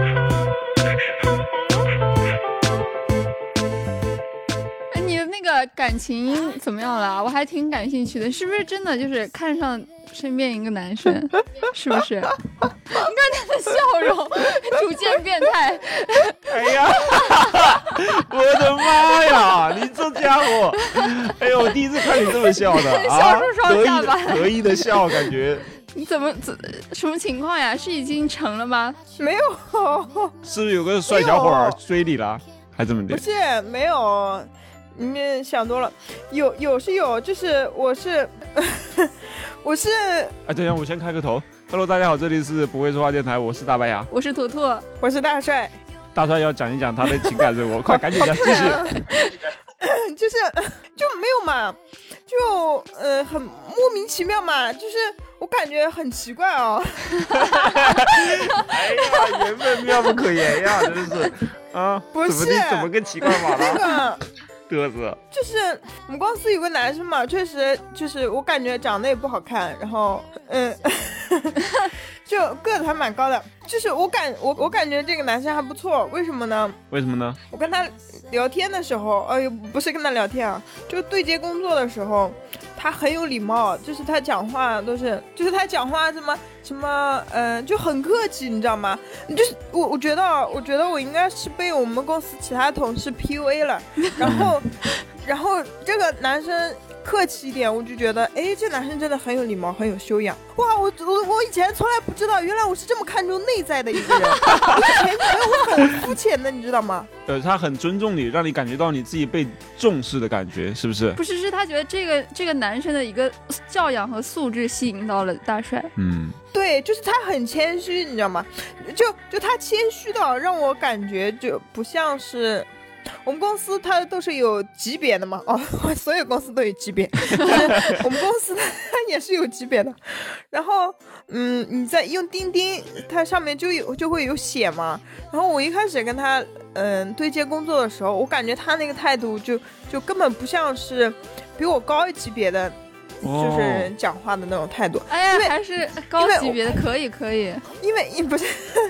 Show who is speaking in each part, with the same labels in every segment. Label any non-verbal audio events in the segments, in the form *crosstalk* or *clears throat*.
Speaker 1: 哎感情怎么样了？啊我还挺感兴趣的，是不是真的就是看上身边一个男生，是不是？你 *laughs* 看他的笑容，逐渐变态。
Speaker 2: 哎呀， *laughs* 我的妈呀！你这家伙，哎呦，我第一次看你这么笑 *laughs* 的啊
Speaker 1: 笑出，
Speaker 2: 得
Speaker 1: 双
Speaker 2: 意
Speaker 1: 下巴
Speaker 2: 的得意的笑，感觉
Speaker 1: 你怎么怎什么情况呀？是已经成了吗？
Speaker 3: 没有， *laughs*
Speaker 2: 是不是有个帅小伙
Speaker 3: 哎
Speaker 2: 儿
Speaker 3: 呦
Speaker 2: 追你了，还怎么的
Speaker 3: 不？是没有，你们想多了。有有是有，就是我是 *laughs* 我是
Speaker 2: 哎，等一下，我先开个头。Hello，大家好，这里是不会说话电台，我是大白牙。
Speaker 1: 我是图图，
Speaker 3: 我是大帅，
Speaker 2: 大帅要讲一讲他的情感 *laughs* 生活，快赶紧讲，继续。
Speaker 3: *laughs* 就是就没有嘛，就呃很莫名其妙嘛，就是我感觉很奇怪哦。 *laughs*
Speaker 2: 哎呀，缘分妙不可言呀，真是啊！
Speaker 3: 不
Speaker 2: 怎么你
Speaker 3: 是
Speaker 2: 怎么个奇怪法
Speaker 3: 那
Speaker 2: 了？
Speaker 3: 个
Speaker 2: *laughs* 嘚瑟，
Speaker 3: 啊就是我们公司有个男生嘛，确实就是我感觉长得也不好看，然后嗯， *laughs* 就个子还蛮高的，就是我感我我感觉这个男生还不错，为什么呢？
Speaker 2: 为什么呢？
Speaker 3: 我跟他聊天的时候，哎呦，不是跟他聊天啊，就对接工作的时候，他很有礼貌，就是他讲话都是，就是他讲话什么什么，嗯、就很客气，你知道吗？就是我我觉得啊，我觉得我应该是被我们公司其他同事 PUA 了，然后， *laughs* 然后这个男生。客气一点，我就觉得，哎，这男生真的很有礼貌，很有修养。哇，我我我以前从来不知道，原来我是这么看重内在的一个人。我以前觉得我很肤浅的，你知道吗？
Speaker 2: 呃，他很尊重你，让你感觉到你自己被重视的感觉，是不是？
Speaker 1: 不是，是他觉得这个这个男生的一个教养和素质吸引到了大帅。
Speaker 2: 嗯，
Speaker 3: 对，就是他很谦虚，你知道吗？就就他谦虚到让我感觉就不像是。我们公司它都是有级别的嘛，哦， *laughs* 所有公司都有级别， *laughs* 就是我们公司它也是有级别的。然后，嗯，你在用钉钉，它上面就有就会有写嘛。然后我一开始跟他，嗯，对接工作的时候，我感觉他那个态度就就根本不像是比我高一级别的，就
Speaker 2: 哦
Speaker 3: 是讲话的那种态度。
Speaker 1: 哎
Speaker 3: 因为
Speaker 1: 呀，还是高
Speaker 3: 因为
Speaker 1: 级别的，可以可以。
Speaker 3: 因为不是，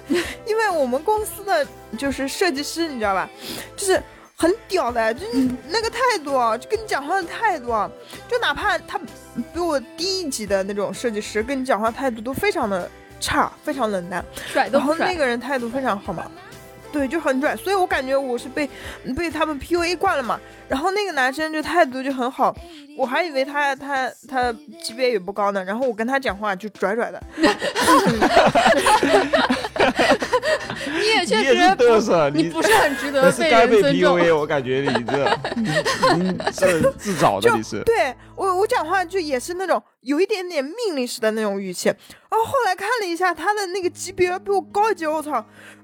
Speaker 3: *laughs* 因为我们公司的就是设计师，你知道吧，就是很屌的，就是那个态度啊，就跟你讲话的态度啊，就哪怕他比我低一级的那种设计师，跟你讲话态度都非常的差，非常冷淡。
Speaker 1: 甩都
Speaker 3: 然
Speaker 1: 不
Speaker 3: 后
Speaker 1: 甩。
Speaker 3: 那个人态度非常好嘛，对，就很拽，所以我感觉我是被被他们 PUA 惯了嘛。然后那个男生就态度就很好，我还以为他他他级别也不高呢。然后我跟他讲话就拽拽的，
Speaker 1: 你也
Speaker 2: 你
Speaker 1: 确
Speaker 2: 也是
Speaker 1: 实
Speaker 2: 嘚瑟，
Speaker 1: 你
Speaker 2: 你
Speaker 1: 不是很值
Speaker 2: 你
Speaker 1: 得
Speaker 2: 是该
Speaker 1: 人
Speaker 2: 被
Speaker 1: 尊重。
Speaker 2: PUA，我感觉你这你你这自找的
Speaker 3: 就
Speaker 2: 你是。
Speaker 3: 对我，我讲话就也是那种有一点点命令式的那种语气。然后后来看了一下他的那个级别比我高一级，我操！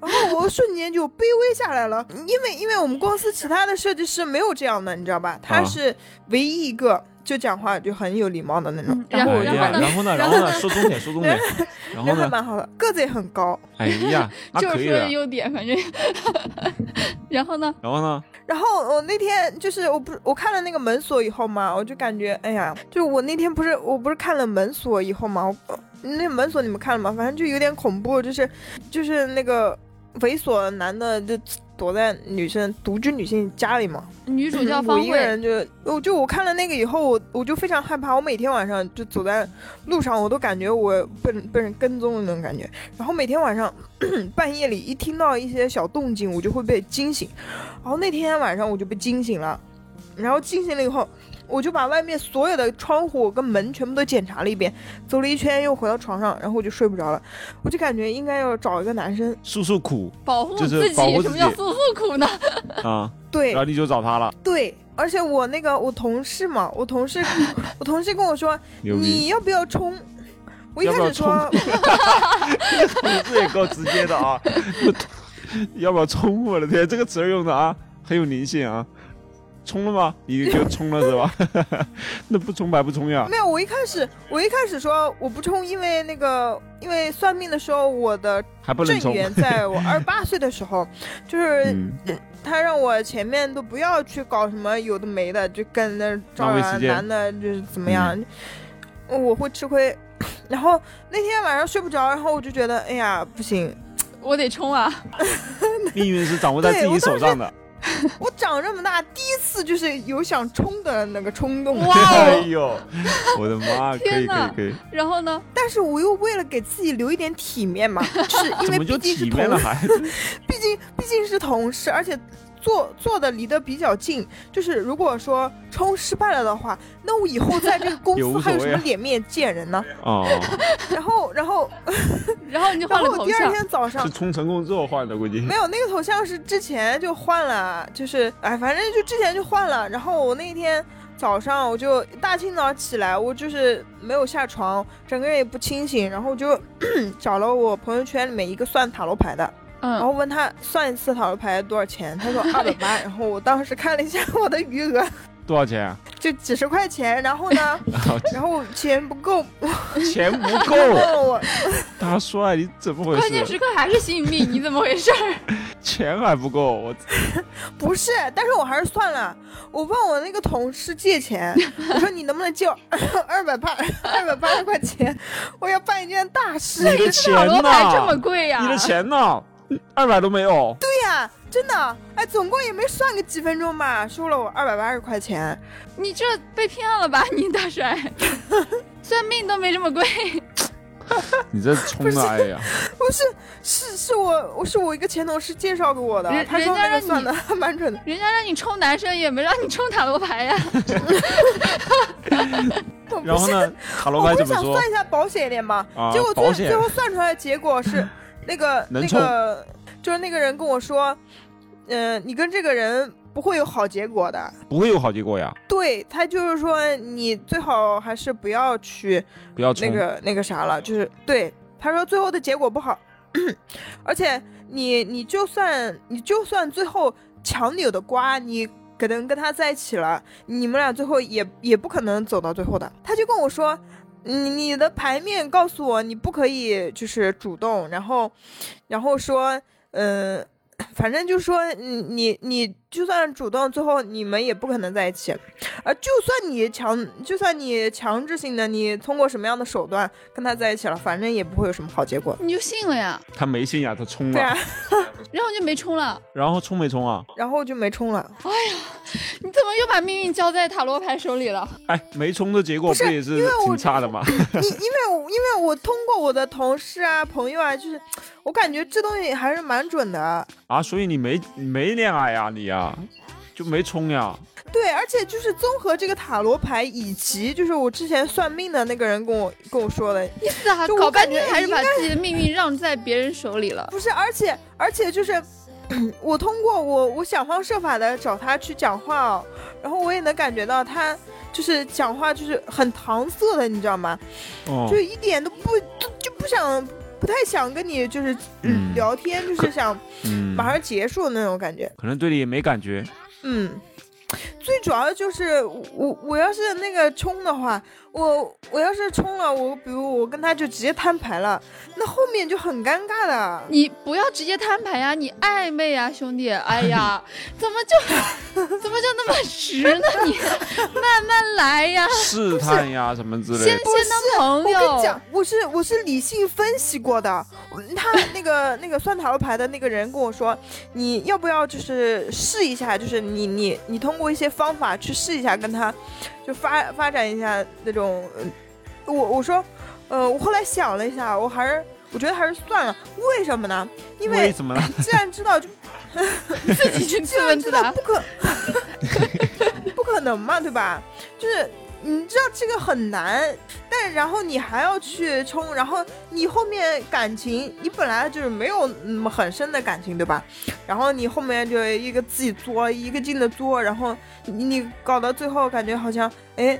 Speaker 3: 然后我瞬间就卑微下来了，因为因为我们公司其他的设计师没有这样的，你知道吧？
Speaker 2: 啊
Speaker 3: 他是唯一一个就讲话就很有礼貌的那种
Speaker 1: 嗯，然后
Speaker 2: 哎呀，
Speaker 1: 然
Speaker 2: 然后呢？然后呢？说重点，说重点。然后
Speaker 3: 人还
Speaker 2: 呢？
Speaker 3: 蛮好的，个子也很高。
Speaker 2: 哎呀，那
Speaker 1: 就
Speaker 2: 可
Speaker 1: 是
Speaker 2: 以啊
Speaker 1: 说
Speaker 2: 了
Speaker 1: 的。优点，反正。 *laughs* 然后呢？
Speaker 2: 然后呢？
Speaker 3: 然后我那天就是我不我看了那个门锁以后嘛，我就感觉哎呀，就我那天不是我不是看了门锁以后嘛，我那门锁你们看了吗？反正就有点恐怖，就是就是那个猥琐的男的就躲在女生独居女性家里嘛，
Speaker 1: 女主叫
Speaker 3: 嗯
Speaker 1: 方
Speaker 3: *laughs* 我一个
Speaker 1: 慧，
Speaker 3: 人就我就我看了那个以后，我我就非常害怕，我每天晚上就走在路上，我都感觉我被人被人跟踪的那种感觉。然后每天晚上 *clears throat* 半夜里一听到一些小动静，我就会被惊醒。然后那天晚上我就被惊醒了，然后惊醒了以后，我就把外面所有的窗户跟门全部都检查了一遍，走了一圈又回到床上，然后我就睡不着了，我就感觉应该要找一个男生，
Speaker 2: 诉诉苦
Speaker 1: 保护
Speaker 2: 就
Speaker 1: 自
Speaker 2: 是
Speaker 1: 己，
Speaker 2: 保护自
Speaker 1: 什么叫
Speaker 2: 己
Speaker 1: 诉诉苦呢？
Speaker 2: 啊，
Speaker 3: 对
Speaker 2: 然，后你就找他了，
Speaker 3: 对，而且我那个我同事嘛，我同事，我同事跟我说，
Speaker 2: 牛逼！
Speaker 3: 你要不要冲？我一
Speaker 2: 要
Speaker 3: 开
Speaker 2: 不要
Speaker 3: 始说， *laughs*
Speaker 2: *laughs* 这也够直接的 *laughs* 啊！要不要冲我了？天，这个词儿用的啊，很有灵性啊！冲了吗？你就冲了是吧？ *laughs* 那不冲白不冲呀！
Speaker 3: 没有，我一开始我一开始说我不冲，因为那个因为算命的时候，我的
Speaker 2: 还不能
Speaker 3: 正
Speaker 2: 冲。
Speaker 3: 缘在我二十八岁的时候，就是
Speaker 2: 嗯，
Speaker 3: 他让我前面都不要去搞什么有的没的，就跟那照
Speaker 2: 浪费
Speaker 3: 着
Speaker 2: 时间嗯
Speaker 3: 男的就是怎么样，我会吃亏。 *coughs* 然后那天晚上睡不着，然后我就觉得，哎呀，不行， *laughs*
Speaker 1: 我得冲啊！
Speaker 2: 命运是掌握在自己手上的。
Speaker 3: 我长这么大第一次就是有想冲的那个冲动，
Speaker 1: 哇哦
Speaker 2: 哎呦，我的妈！可以
Speaker 1: 天
Speaker 2: 可以
Speaker 1: 哪
Speaker 2: 可以，
Speaker 1: 然后呢？
Speaker 3: 但是我又为了给自己留一点体
Speaker 2: *laughs*
Speaker 3: 面嘛，就是因
Speaker 2: 怎
Speaker 3: 为
Speaker 2: 么就
Speaker 3: 毕竟是
Speaker 2: 体面了
Speaker 3: 同
Speaker 2: 还？ *laughs*
Speaker 3: 毕竟毕竟是同事，而且坐坐的离得比较近，就是如果说冲失败了的话，那我以后在这个公
Speaker 2: *laughs* 也无所
Speaker 3: 司还有什
Speaker 2: 谓
Speaker 3: 么
Speaker 2: 啊
Speaker 3: 脸面见人呢？
Speaker 2: 哦，
Speaker 3: 然后然后
Speaker 1: 然后你就
Speaker 3: 然
Speaker 1: 换了啊
Speaker 3: 后我
Speaker 1: 头
Speaker 3: 第二
Speaker 1: 像，
Speaker 3: 天早上
Speaker 2: 是冲成功之后换的，估计
Speaker 3: 没有，那个头像是之前就换了，就是哎，反正就之前就换了。然后我那天早上我就大清早起来，我就是没有下床，整个人也不清醒，然后我就 *coughs* 找了我朋友圈里面一个算塔罗牌的，然后
Speaker 1: 嗯，
Speaker 3: 问他算一次塔罗牌多少钱，他说二百八。然后我当时看了一下我的余额，
Speaker 2: 多少 *laughs* 钱啊？
Speaker 3: 就几十块钱。然后呢，然后钱不够，
Speaker 2: 钱不够，
Speaker 3: 问我
Speaker 2: 大帅你怎么回
Speaker 1: 关键
Speaker 2: 事？
Speaker 1: 时刻还是吸引力，你怎么回事儿？
Speaker 2: 钱还不够，我
Speaker 3: 不是，但是我还是算了。我问我那个同事
Speaker 1: *laughs*
Speaker 3: 借钱，我说你能不能借我 *laughs* 二百八二百八十块钱，我要办一件大事。
Speaker 2: 你的
Speaker 1: 塔
Speaker 2: 钱
Speaker 1: 罗牌这么
Speaker 2: 呢？
Speaker 1: 贵
Speaker 3: 啊
Speaker 1: 呀？
Speaker 2: 你的钱呢？二百都没有，
Speaker 3: 对呀、真的，哎，总共也没算个几分钟吧，收了我二百八十块钱。
Speaker 1: 你这被骗了吧，你大
Speaker 3: *laughs*
Speaker 1: 帅？算命都没这么贵，
Speaker 2: 你这冲的，哎呀，
Speaker 3: 不是，是是我，我是我一个前同事介绍给我的
Speaker 1: 人，
Speaker 3: 他说那
Speaker 1: 人
Speaker 3: 个
Speaker 1: 家
Speaker 3: 算的蛮
Speaker 2: *laughs*
Speaker 3: 准的。
Speaker 1: 人家让你冲男生也没让你冲塔罗牌呀。
Speaker 3: 我不
Speaker 2: 然后
Speaker 3: 是
Speaker 2: 呢？塔罗
Speaker 3: 我
Speaker 2: 牌
Speaker 3: 不
Speaker 2: 怎
Speaker 3: 是
Speaker 2: 么
Speaker 3: 想
Speaker 2: 说？
Speaker 3: 算一下保险一点嘛，
Speaker 2: 啊
Speaker 3: 结果
Speaker 2: 保
Speaker 3: 最
Speaker 2: 险
Speaker 3: 最后算出来的结
Speaker 2: *laughs*
Speaker 3: 果是，那个
Speaker 2: 能
Speaker 3: 那个就是那个人跟我说，嗯、你跟这个人不会有好结果的。
Speaker 2: 不会有好结果呀，
Speaker 3: 对他就是说，你最好还是不要去
Speaker 2: 不要冲
Speaker 3: 那。个那个啥了，就是对他说最后的结果不好， *clears throat* 而且你你就算你就算最后强扭的瓜，你可能跟他在一起了，你们俩最后也也不可能走到最后的。他就跟我说，你你的牌面告诉我你不可以就是主动，然后然后说，嗯、反正就是说你你你就算主动，最后你们也不可能在一起。啊，就算你强，就算你强制性的，你通过什么样的手段跟他在一起了，反正也不会有什么好结果。
Speaker 1: 你就信了呀，
Speaker 2: 他没信呀，他冲
Speaker 3: 对
Speaker 2: 了
Speaker 3: 啊，，
Speaker 1: 然后就没冲了。
Speaker 2: 然后冲没冲啊？
Speaker 3: 然后就没冲了。
Speaker 1: 你怎么又把命运交在塔罗牌手里了？
Speaker 2: 哎，没冲的结果
Speaker 3: 不是
Speaker 2: 不也是
Speaker 3: 因为我
Speaker 2: 挺差的吗？
Speaker 3: 因因为我因为我通过我的同事啊、朋友啊，就是我感觉这东西还是蛮准的。
Speaker 2: 啊，所以你没你没恋爱呀，你呀，就没冲呀。
Speaker 3: 对，而且就是综合这个塔罗牌，以及就是我之前算命的那个人跟我跟我说的，
Speaker 1: 意思啊，
Speaker 3: 就我
Speaker 1: 搞半
Speaker 3: 感觉
Speaker 1: 天还是
Speaker 3: 应
Speaker 1: 把自己的命运让在别人手里了。
Speaker 3: 不是，而且而且就是， *clears throat* 我通过我我想方设法的找他去讲话哦，然后我也能感觉到他就是讲话就是很搪塞的，你知道吗？
Speaker 2: 哦
Speaker 3: 就，一点都不就就不想不太想跟你就是
Speaker 2: 嗯
Speaker 3: 聊天，就是想
Speaker 2: 嗯，
Speaker 3: 马上结束的那种感觉。
Speaker 2: 可能对你也没感
Speaker 3: *laughs*
Speaker 2: 觉。
Speaker 3: 嗯，最主要就是我我我要是那个冲的话，我我要是冲了，我比如我跟他就直接摊牌了，那后面就很尴尬的。
Speaker 1: 你不要直接摊牌呀，你暧昧呀，兄弟！哎呀，怎么就怎么就那么直呢？你慢慢来呀，
Speaker 2: 试探呀什么之
Speaker 1: 先
Speaker 2: 类的。
Speaker 3: 不
Speaker 1: 先当朋
Speaker 3: 我跟你
Speaker 1: 友
Speaker 3: 讲。，我是我是理性分析过
Speaker 1: *laughs*
Speaker 3: 的。我他那个那个算塔罗牌的那个人跟我说，你要不要就是试一下，就是你你你通过一些方法去试一下，跟他就发发展一下那种。嗯我我说，呃，我后来想了一下，我还是我觉得还是算了。为什么呢？因
Speaker 2: 为
Speaker 3: 为
Speaker 2: 什么呢？
Speaker 3: 既然知道就
Speaker 1: *laughs* 自己去
Speaker 3: *laughs* 既
Speaker 1: 自
Speaker 3: 然
Speaker 1: 问
Speaker 3: 知
Speaker 1: 自
Speaker 3: 道
Speaker 1: 答
Speaker 3: 不。可 *laughs* 不可能嘛，对吧？就是你知道这个很难，但然后你还要去冲，然后你后面感情你本来就是没有那么很深的感情，对吧？然后你后面就一个自己作，一个劲的作，然后你你搞到最后感觉好像哎。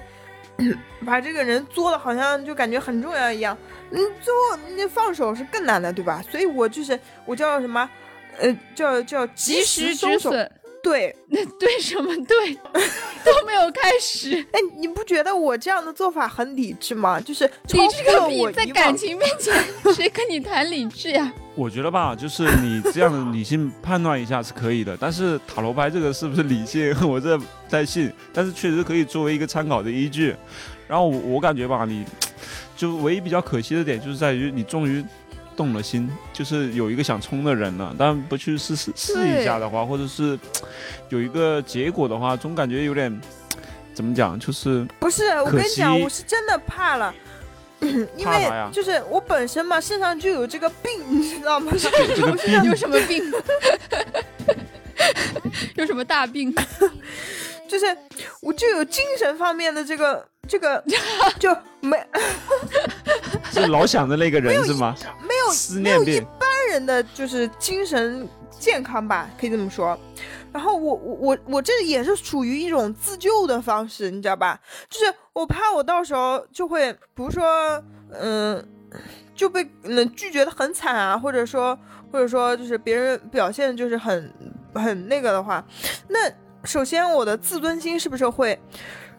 Speaker 3: *coughs* 把这个人作的好像就感觉很重要一样，嗯，最后你放手是更难的，对吧？所以我就是我叫什么，呃，叫叫及
Speaker 1: 及
Speaker 3: 时
Speaker 1: 时
Speaker 3: 收
Speaker 1: 止
Speaker 3: 手，
Speaker 1: 损， *laughs*
Speaker 3: 对，
Speaker 1: 那对什么对都没有开
Speaker 3: *laughs*
Speaker 1: 始，
Speaker 3: 哎，你不觉得我这样的做法很理智吗？就是超
Speaker 1: 理智
Speaker 3: 过了
Speaker 1: 个
Speaker 3: 我
Speaker 1: 屁！在
Speaker 3: 以
Speaker 1: 感
Speaker 3: 往，
Speaker 1: 情面前，谁跟你谈理智呀？ *laughs*
Speaker 2: 我觉得吧，就是你这样的理性判断一下是可以的，但是塔罗牌这个是不是理性，我这不太信，但是确实可以作为一个参考的依据。然后我我感觉吧，你就唯一比较可惜的点就是在于你终于动了心，就是有一个想冲的人了，但不去试试试一下的话，或者是有一个结果的话，总感觉有点怎么讲，就是
Speaker 3: 不是，我跟你讲，
Speaker 2: 惜
Speaker 3: 我是真的怕了， *coughs* 因
Speaker 2: 怕啥
Speaker 3: 为
Speaker 2: 呀
Speaker 3: 就是我本身嘛，身上就有这个病，你知道吗？ *laughs*
Speaker 2: 这这个病
Speaker 1: 有什么病？ *laughs* 有什么大病？ *laughs*
Speaker 3: 就是我就有精神方面的这个
Speaker 1: *laughs*
Speaker 3: 这个，就没
Speaker 2: 是老想着那个人是吗？
Speaker 3: 没有
Speaker 2: 思
Speaker 3: 没有
Speaker 2: 念
Speaker 3: 一
Speaker 2: 病，
Speaker 3: 般人的就是精神健康吧，可以这么说。然后我我我我这也是属于一种自救的方式，你知道吧？就是我怕我到时候就会，比如说，嗯、就被嗯拒绝的很惨啊，或者说或者说就是别人表现就是很很那个的话，那首先我的自尊心是不是会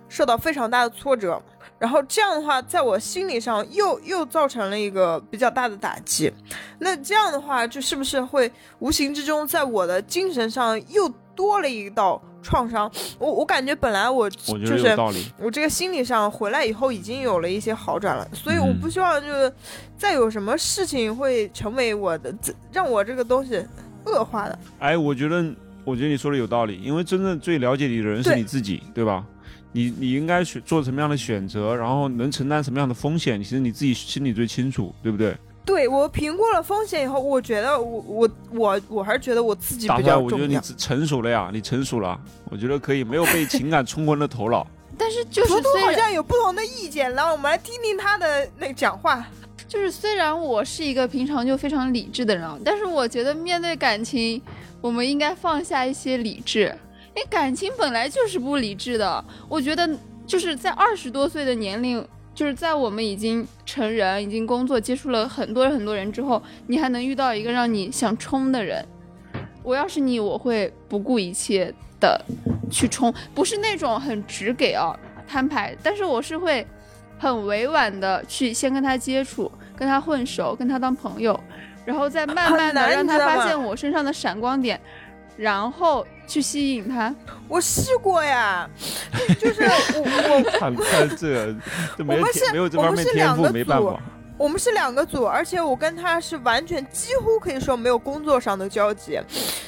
Speaker 3: 受到非常大的挫折？然后这样的话，在我心理上又又造成了一个比较大的打击。那这样的话，就是不是会无形之中在我的精神上又多了一道创伤？我我感觉本来我
Speaker 2: 我觉
Speaker 3: 就
Speaker 2: 得
Speaker 3: 是
Speaker 2: 有道理。
Speaker 3: 我这个心理上回来以后已经有了一些好转了，所以我
Speaker 2: 嗯
Speaker 3: 不希望就是再有什么事情会成为我的，自让我这个东西恶化的。
Speaker 2: 哎，我觉得，我觉得你说的有道理，因为真正最了解你的人是
Speaker 3: 对
Speaker 2: 你自己，对吧？你你应该选做什么样的选择，然后能承担什么样的风险，其实你自己心里最清楚，对不对？
Speaker 3: 对我评估了风险以后，我觉得我我我我还是觉得我自己
Speaker 2: 打
Speaker 3: 比
Speaker 2: 出来，
Speaker 3: 较
Speaker 2: 我觉得
Speaker 3: 重
Speaker 2: 你
Speaker 3: 要。
Speaker 2: 成熟了呀，你成熟了，我觉得可以，没有被情感冲昏了头
Speaker 3: *laughs*
Speaker 2: 脑。
Speaker 1: 但是就是
Speaker 3: 图图
Speaker 1: 虽
Speaker 3: 好
Speaker 1: 然
Speaker 3: 像有不同的意见，然后我们来听听他的那个讲话。
Speaker 1: 就是虽然我是一个平常就非常理智的人啊，但是我觉得面对感情，我们应该放下一些理智。因为感情本来就是不理智的，我觉得就是在二十多岁的年龄，就是在我们已经成人、已经工作、接触了很多很多人之后，你还能遇到一个让你想冲的人，我要是你，我会不顾一切的去冲，不是那种很直给啊摊牌，但是我是会很委婉的去先跟他接触，跟他混熟，跟他当朋友，然后再慢慢
Speaker 3: 很
Speaker 1: 的
Speaker 3: *laughs* 难
Speaker 1: 让
Speaker 3: 你
Speaker 1: 他
Speaker 3: 知道
Speaker 1: 发
Speaker 3: 吗
Speaker 1: 现我身上的闪光点，然后去吸引他。
Speaker 3: 我试过呀，就是我我
Speaker 2: 看看这，这没有
Speaker 3: 我们
Speaker 2: 天
Speaker 3: 是
Speaker 2: 没有这
Speaker 3: 我
Speaker 2: 方
Speaker 3: 们
Speaker 2: 面
Speaker 3: 是
Speaker 2: 天
Speaker 3: 两
Speaker 2: 赋，
Speaker 3: 个
Speaker 2: 没办
Speaker 3: 组
Speaker 2: 法。
Speaker 3: 我们是两个组，而且我跟他是完全几乎可以说没有工作上的交集，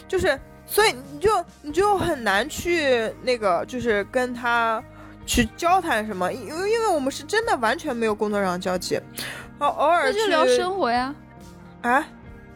Speaker 3: 就是所以你就你就很难去那个就是跟他去交谈什么，因为因为我们是真的完全没有工作上的交集，然后偶尔
Speaker 1: 那
Speaker 3: 去
Speaker 1: 就聊生活呀，
Speaker 3: 啊，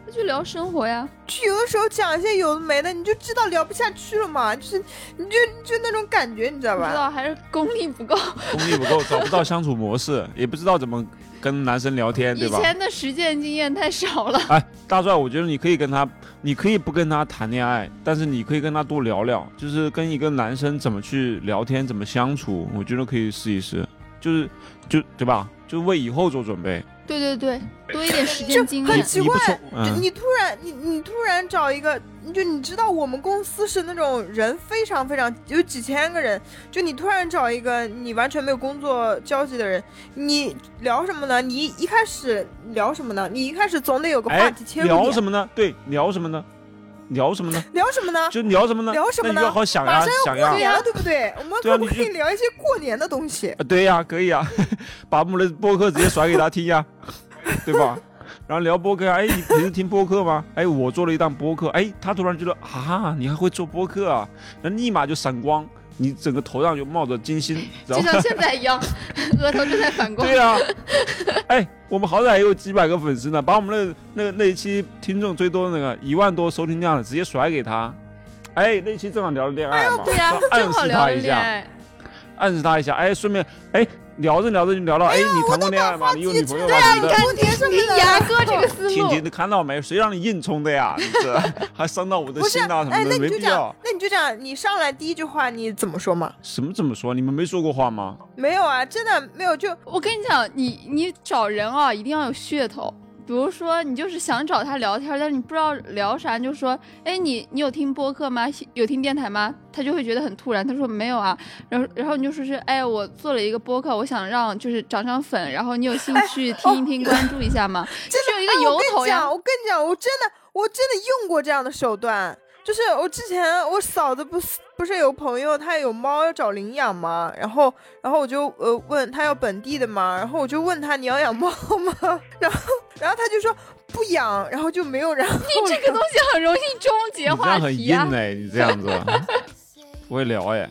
Speaker 1: 那就聊生活呀。
Speaker 3: 就有的时候讲一些有的没的，你就知道聊不下去了嘛，就是你就你就那种感觉，你知道
Speaker 1: 不知
Speaker 3: 吧？
Speaker 1: 道还是功力不够。
Speaker 2: 功力不够，找不到相处模式，也不知道怎么跟男生聊天，对
Speaker 1: 以
Speaker 2: 吧？
Speaker 1: 前的实践经验太少了。
Speaker 2: 哎，大帅，我觉得你可以跟他，你可以不跟他谈恋爱，但是你可以跟他多聊聊，就是跟一个男生怎么去聊天，怎么相处，我觉得可以试一试，就是就对吧？就为以后做准备。
Speaker 1: 对对对，多一点实践经
Speaker 3: 很
Speaker 1: 验。
Speaker 3: 奇
Speaker 2: 你不
Speaker 3: 怪
Speaker 2: 冲，
Speaker 3: 就
Speaker 2: 嗯，
Speaker 3: 你突然，你你突然找一个，就你知道我们公司是那种人非常非常有几千个人，就你突然找一个你完全没有工作交集的人，你聊什么呢？你一开始聊什么呢？你一开始总得有个话
Speaker 2: 哎
Speaker 3: 题，切入点。
Speaker 2: 聊什么呢？对，聊什么呢？聊什么呢？
Speaker 3: 聊什么呢？
Speaker 2: 就聊什么呢？
Speaker 3: 聊什么呢
Speaker 2: 那你要好想呀
Speaker 3: 马上，
Speaker 2: 想
Speaker 3: 过
Speaker 2: 呀。
Speaker 3: 年了，对不对？我们
Speaker 2: 啊对啊
Speaker 3: 可不
Speaker 2: 你
Speaker 3: 可
Speaker 2: 就
Speaker 3: 以聊一些过年的东西？
Speaker 2: 啊，对呀、可以啊， *laughs* 把我们的播客直接甩给他听呀、对吧？ *laughs* 然后聊播客啊，哎，你平时听播客吗？哎，我做了一档播客，哎，他突然觉得啊，你还会做播客啊，那立马就闪光，你整个头上就冒着金星，然
Speaker 1: 就
Speaker 2: 后
Speaker 1: 像现在一样，额头正在反光
Speaker 2: 对。呀、 *laughs* 哎，我们好歹也有几百个粉丝呢，把我们那那那一期听众最多的那个一万多收听量的直接甩给他，哎，那期正好聊了恋爱嘛，
Speaker 1: 哎对呀、
Speaker 2: 就暗
Speaker 1: 正好
Speaker 2: 示
Speaker 1: 聊
Speaker 2: 他
Speaker 1: 了
Speaker 2: 一
Speaker 1: 恋
Speaker 2: 下。
Speaker 1: 爱。
Speaker 2: 暗示他一下，哎，顺便，哎，聊着聊着就聊到，哎，你谈过恋爱吗？你有女朋友吗？什么的。
Speaker 3: 过年上
Speaker 1: 你
Speaker 3: 面的
Speaker 1: 牙哥这个思
Speaker 2: 听
Speaker 1: 路，
Speaker 2: 听，你看到没？谁让你硬冲的
Speaker 3: *laughs*
Speaker 2: 呀？你这还伤到我的
Speaker 3: 不是，
Speaker 2: 心呐、
Speaker 3: 哎，
Speaker 2: 什
Speaker 3: 那
Speaker 2: 么的，
Speaker 3: 你
Speaker 2: 没
Speaker 3: 就
Speaker 2: 必
Speaker 3: 这样
Speaker 2: 要。，
Speaker 3: 那你就这样，你上来第一句话你怎么说嘛？
Speaker 2: 什么怎么说？你们没说过话吗？
Speaker 3: 没有啊，真的没有，就
Speaker 1: 我跟你讲，你你找人啊，一定要有噱头。比如说，你就是想找他聊天，但是你不知道聊啥，你就说，哎，你你有听播客吗？有听电台吗？他就会觉得很突然，他说没有啊，然后然后你就说是，哎，我做了一个播客，我想让就是涨涨粉，然后你有兴趣听一听，关注一下吗？
Speaker 3: 真
Speaker 1: 就是有一个
Speaker 3: 哎
Speaker 1: 由
Speaker 3: 我跟
Speaker 1: 头
Speaker 3: 你
Speaker 1: 呀
Speaker 3: 讲，。我跟你讲，我真的我真的用过这样的手段，就是我之前我嫂子不是不是有朋友，她有猫要找领养嘛，然后然后我就呃问她要本地的嘛，然后我就问她你要养猫吗？ *laughs* 然后然后她就说不养，然后就没有然后了。
Speaker 1: *laughs* 你这个东西很容易终
Speaker 2: 你
Speaker 1: 结
Speaker 2: 这样
Speaker 1: 话
Speaker 2: 很
Speaker 1: 题
Speaker 2: 硬
Speaker 1: 啊！
Speaker 2: 哎，你这
Speaker 3: *laughs*
Speaker 2: 样子不会聊哎。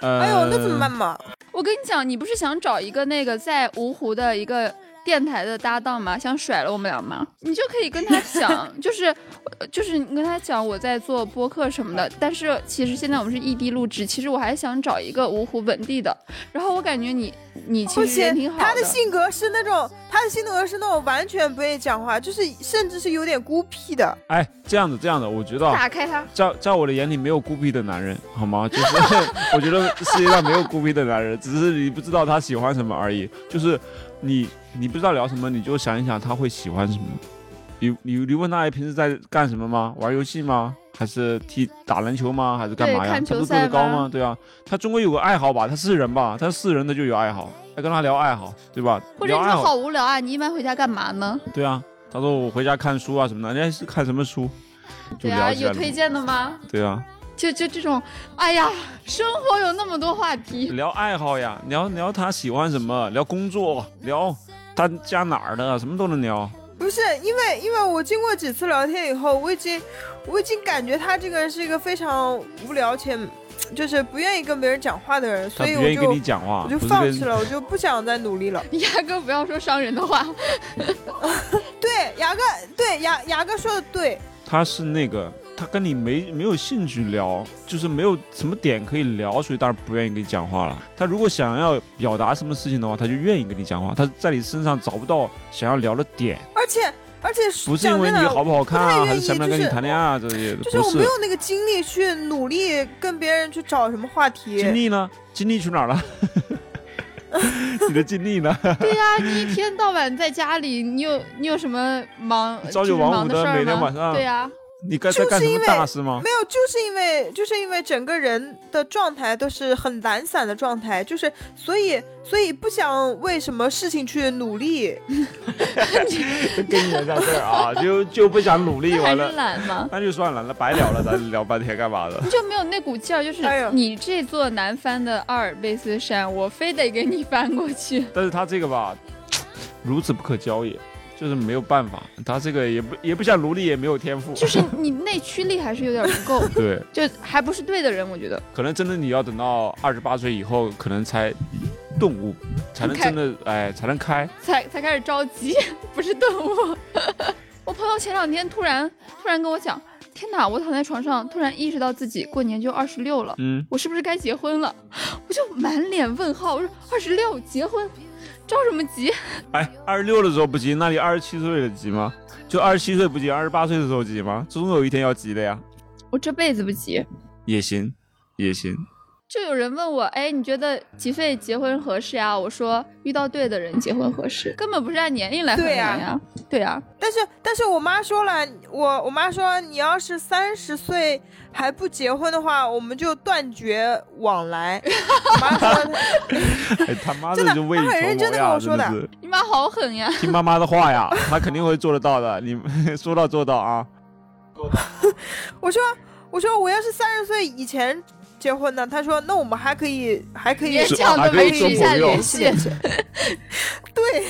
Speaker 2: 呃，
Speaker 3: 哎呦，那怎么办？嘛？
Speaker 1: 我跟你讲，你不是想找一个那个在芜湖的一个电台的搭档吗？想甩了我们俩吗？你就可以跟他讲，就是 *laughs* 呃就是你跟他讲我在做播客什么的，但是其实现在我们是异地录制，其实我还想找一个芜湖本地的。然后我感觉你你
Speaker 3: 不
Speaker 1: 其实人挺
Speaker 3: 行，
Speaker 1: 好
Speaker 3: 他的性格是那种，他的性格是那种完全不愿意讲话，就是甚至是有点孤僻的。
Speaker 2: 哎，这样子这样子，我觉得啊
Speaker 1: 打开他，
Speaker 2: 在在我的眼里没有孤僻的男人，好吗？就是 *laughs* 我觉得世界上没有孤僻的男人，只是你不知道他喜欢什么而已。就是你你不知道聊什么，你就想一想他会喜欢什么。你你你问他哎平时在干什么吗？玩游戏吗？还是踢打篮球吗？还是干嘛
Speaker 1: 对
Speaker 2: 呀？
Speaker 1: 看
Speaker 2: 他
Speaker 1: 球
Speaker 2: 不是个
Speaker 1: 赛
Speaker 2: 子高
Speaker 1: 吗
Speaker 2: 吗？对啊，他终归有个爱好吧？他是人吧？他是人的就有爱好，哎，跟他聊爱好，对吧？
Speaker 1: 或者
Speaker 2: 聊
Speaker 1: 你
Speaker 2: 爱
Speaker 1: 说
Speaker 2: 好，
Speaker 1: 好无聊啊，你一般回家干嘛呢？
Speaker 2: 对啊。他说我回家看书啊什么的，人家是看什么书？就
Speaker 1: 对
Speaker 2: 聊
Speaker 1: 啊，
Speaker 2: 起来
Speaker 1: 有
Speaker 2: 了。
Speaker 1: 推荐的吗？
Speaker 2: 对啊，
Speaker 1: 就就这种，哎呀，生活有那么多话题。
Speaker 2: 聊爱好呀，聊聊他喜欢什么，聊工作，聊他家哪儿的，什么都能聊。
Speaker 3: 不是因为，因为我经过几次聊天以后，我已经，我已经感觉他这个人是一个非常无聊且，就是不愿意跟别人讲话的人，
Speaker 2: 他
Speaker 3: 所
Speaker 2: 不
Speaker 3: 以
Speaker 2: 愿
Speaker 3: 我
Speaker 2: 意跟
Speaker 3: 就
Speaker 2: 你讲话，
Speaker 3: 我
Speaker 2: 不
Speaker 3: 就是放
Speaker 2: 跟
Speaker 3: 弃了，我就不想再努力了。
Speaker 1: 压根不要说伤人的话，
Speaker 3: 对，牙哥，对牙牙哥说的对，
Speaker 2: 他是那个，他跟你没没有兴趣聊，就是没有什么点可以聊，所以当然不愿意跟你讲话了。他如果想要表达什么事情的话，他就愿意跟你讲话。他在你身上找不到想要聊的点，
Speaker 3: 而且而且
Speaker 2: 不是
Speaker 3: 讲
Speaker 2: 因为
Speaker 3: 真
Speaker 2: 你
Speaker 3: 的
Speaker 2: 好不好看啊，
Speaker 3: 不太
Speaker 2: 还
Speaker 3: 愿
Speaker 2: 是
Speaker 3: 意
Speaker 2: 想不想跟你
Speaker 3: 就是
Speaker 2: 谈恋爱啊这些，
Speaker 3: 就是
Speaker 2: 不
Speaker 3: 我
Speaker 2: 是
Speaker 3: 没有那个精力去努力跟别人去找什么话题。
Speaker 2: 精力呢？精力去哪儿了？ *laughs* 你的精力呢？ *laughs*
Speaker 1: 对呀、你一天到晚在家里，你有你有什么忙
Speaker 2: *laughs*
Speaker 1: 就
Speaker 2: 朝
Speaker 1: 是
Speaker 2: 九晚
Speaker 1: 忙
Speaker 2: 五
Speaker 1: 的
Speaker 2: 的
Speaker 1: 事儿
Speaker 2: 每天
Speaker 1: 吗
Speaker 2: 晚上
Speaker 1: 对呀、
Speaker 2: 你该在干什么大事吗？
Speaker 3: 没有，就是因为就是因为整个人的状态都是很懒散的状态，就是所以所以不想为什么事情去努力。
Speaker 2: 跟你聊下事儿 *laughs* 啊，就就不想努力
Speaker 1: 那还
Speaker 2: 完
Speaker 1: 是
Speaker 2: 了，
Speaker 1: 懒吗？
Speaker 2: 那就算了，那白聊了，咱聊半天干嘛 *laughs* 的？
Speaker 1: 你就没有那股劲儿，就是
Speaker 3: 哎呦
Speaker 1: 你这座难翻的阿尔卑斯山，我非得给你翻过去。
Speaker 3: *laughs*
Speaker 2: 但是他这个吧，孺子不可教也，就是没有办法，他这个也不也不想努力，也没有天赋，
Speaker 1: 就是你内驱力还是有点不
Speaker 3: *laughs*
Speaker 1: 够，
Speaker 2: *laughs* 对，
Speaker 1: 就还不是对的人，我觉得。
Speaker 2: 可能真的你要等到二十八岁以后，可能才顿悟，才能
Speaker 1: 开
Speaker 2: 真的哎才能开，
Speaker 1: 才才开始着急， *laughs* 不是顿悟。 *laughs* 我朋友前两天突然突然跟我讲，天哪！我躺在床上，突然意识到自己过年就二十六了，
Speaker 2: 嗯，
Speaker 1: 我是不是该结婚了？ *laughs* 我就满脸问号，我说二十六结婚，着什么急？
Speaker 2: 哎，二十六的时候不急，那你二十七岁的急吗？就二十七岁不急，二十八岁的时候急吗？总有一天要急的呀，
Speaker 1: 我这辈子不急。
Speaker 2: 也行，也行。
Speaker 1: 就有人问我，哎，你觉得几岁结婚合适呀、我说遇到对的人结婚合适，根本不是按年龄来衡
Speaker 3: 对呀
Speaker 1: 量呀。对啊呀、
Speaker 3: 但是但是我妈说了，我我妈说你要是三十岁还不结婚的话，我们就断绝往来。我妈说
Speaker 2: *laughs* 哎，他妈
Speaker 3: 真
Speaker 2: 的
Speaker 3: 的
Speaker 2: 就为
Speaker 3: 他
Speaker 2: 你
Speaker 3: 很
Speaker 2: 筹
Speaker 3: 认真
Speaker 2: 谋
Speaker 3: 地
Speaker 2: 呀，
Speaker 3: 跟我说
Speaker 2: 真
Speaker 3: 的
Speaker 2: 是
Speaker 1: 你妈好狠呀！
Speaker 2: 听妈妈的话呀， *laughs* 他肯定会做得到的。你 *laughs* 说到做到啊，
Speaker 3: 我说我说我要是三十岁以前结婚呢，她说那我们还可以还可以
Speaker 1: 勉
Speaker 2: 是
Speaker 1: 强
Speaker 2: 还
Speaker 1: 的
Speaker 2: 可以
Speaker 1: 维持
Speaker 2: 做
Speaker 1: 一下
Speaker 2: 朋友
Speaker 1: 联系。 *laughs*
Speaker 3: 对。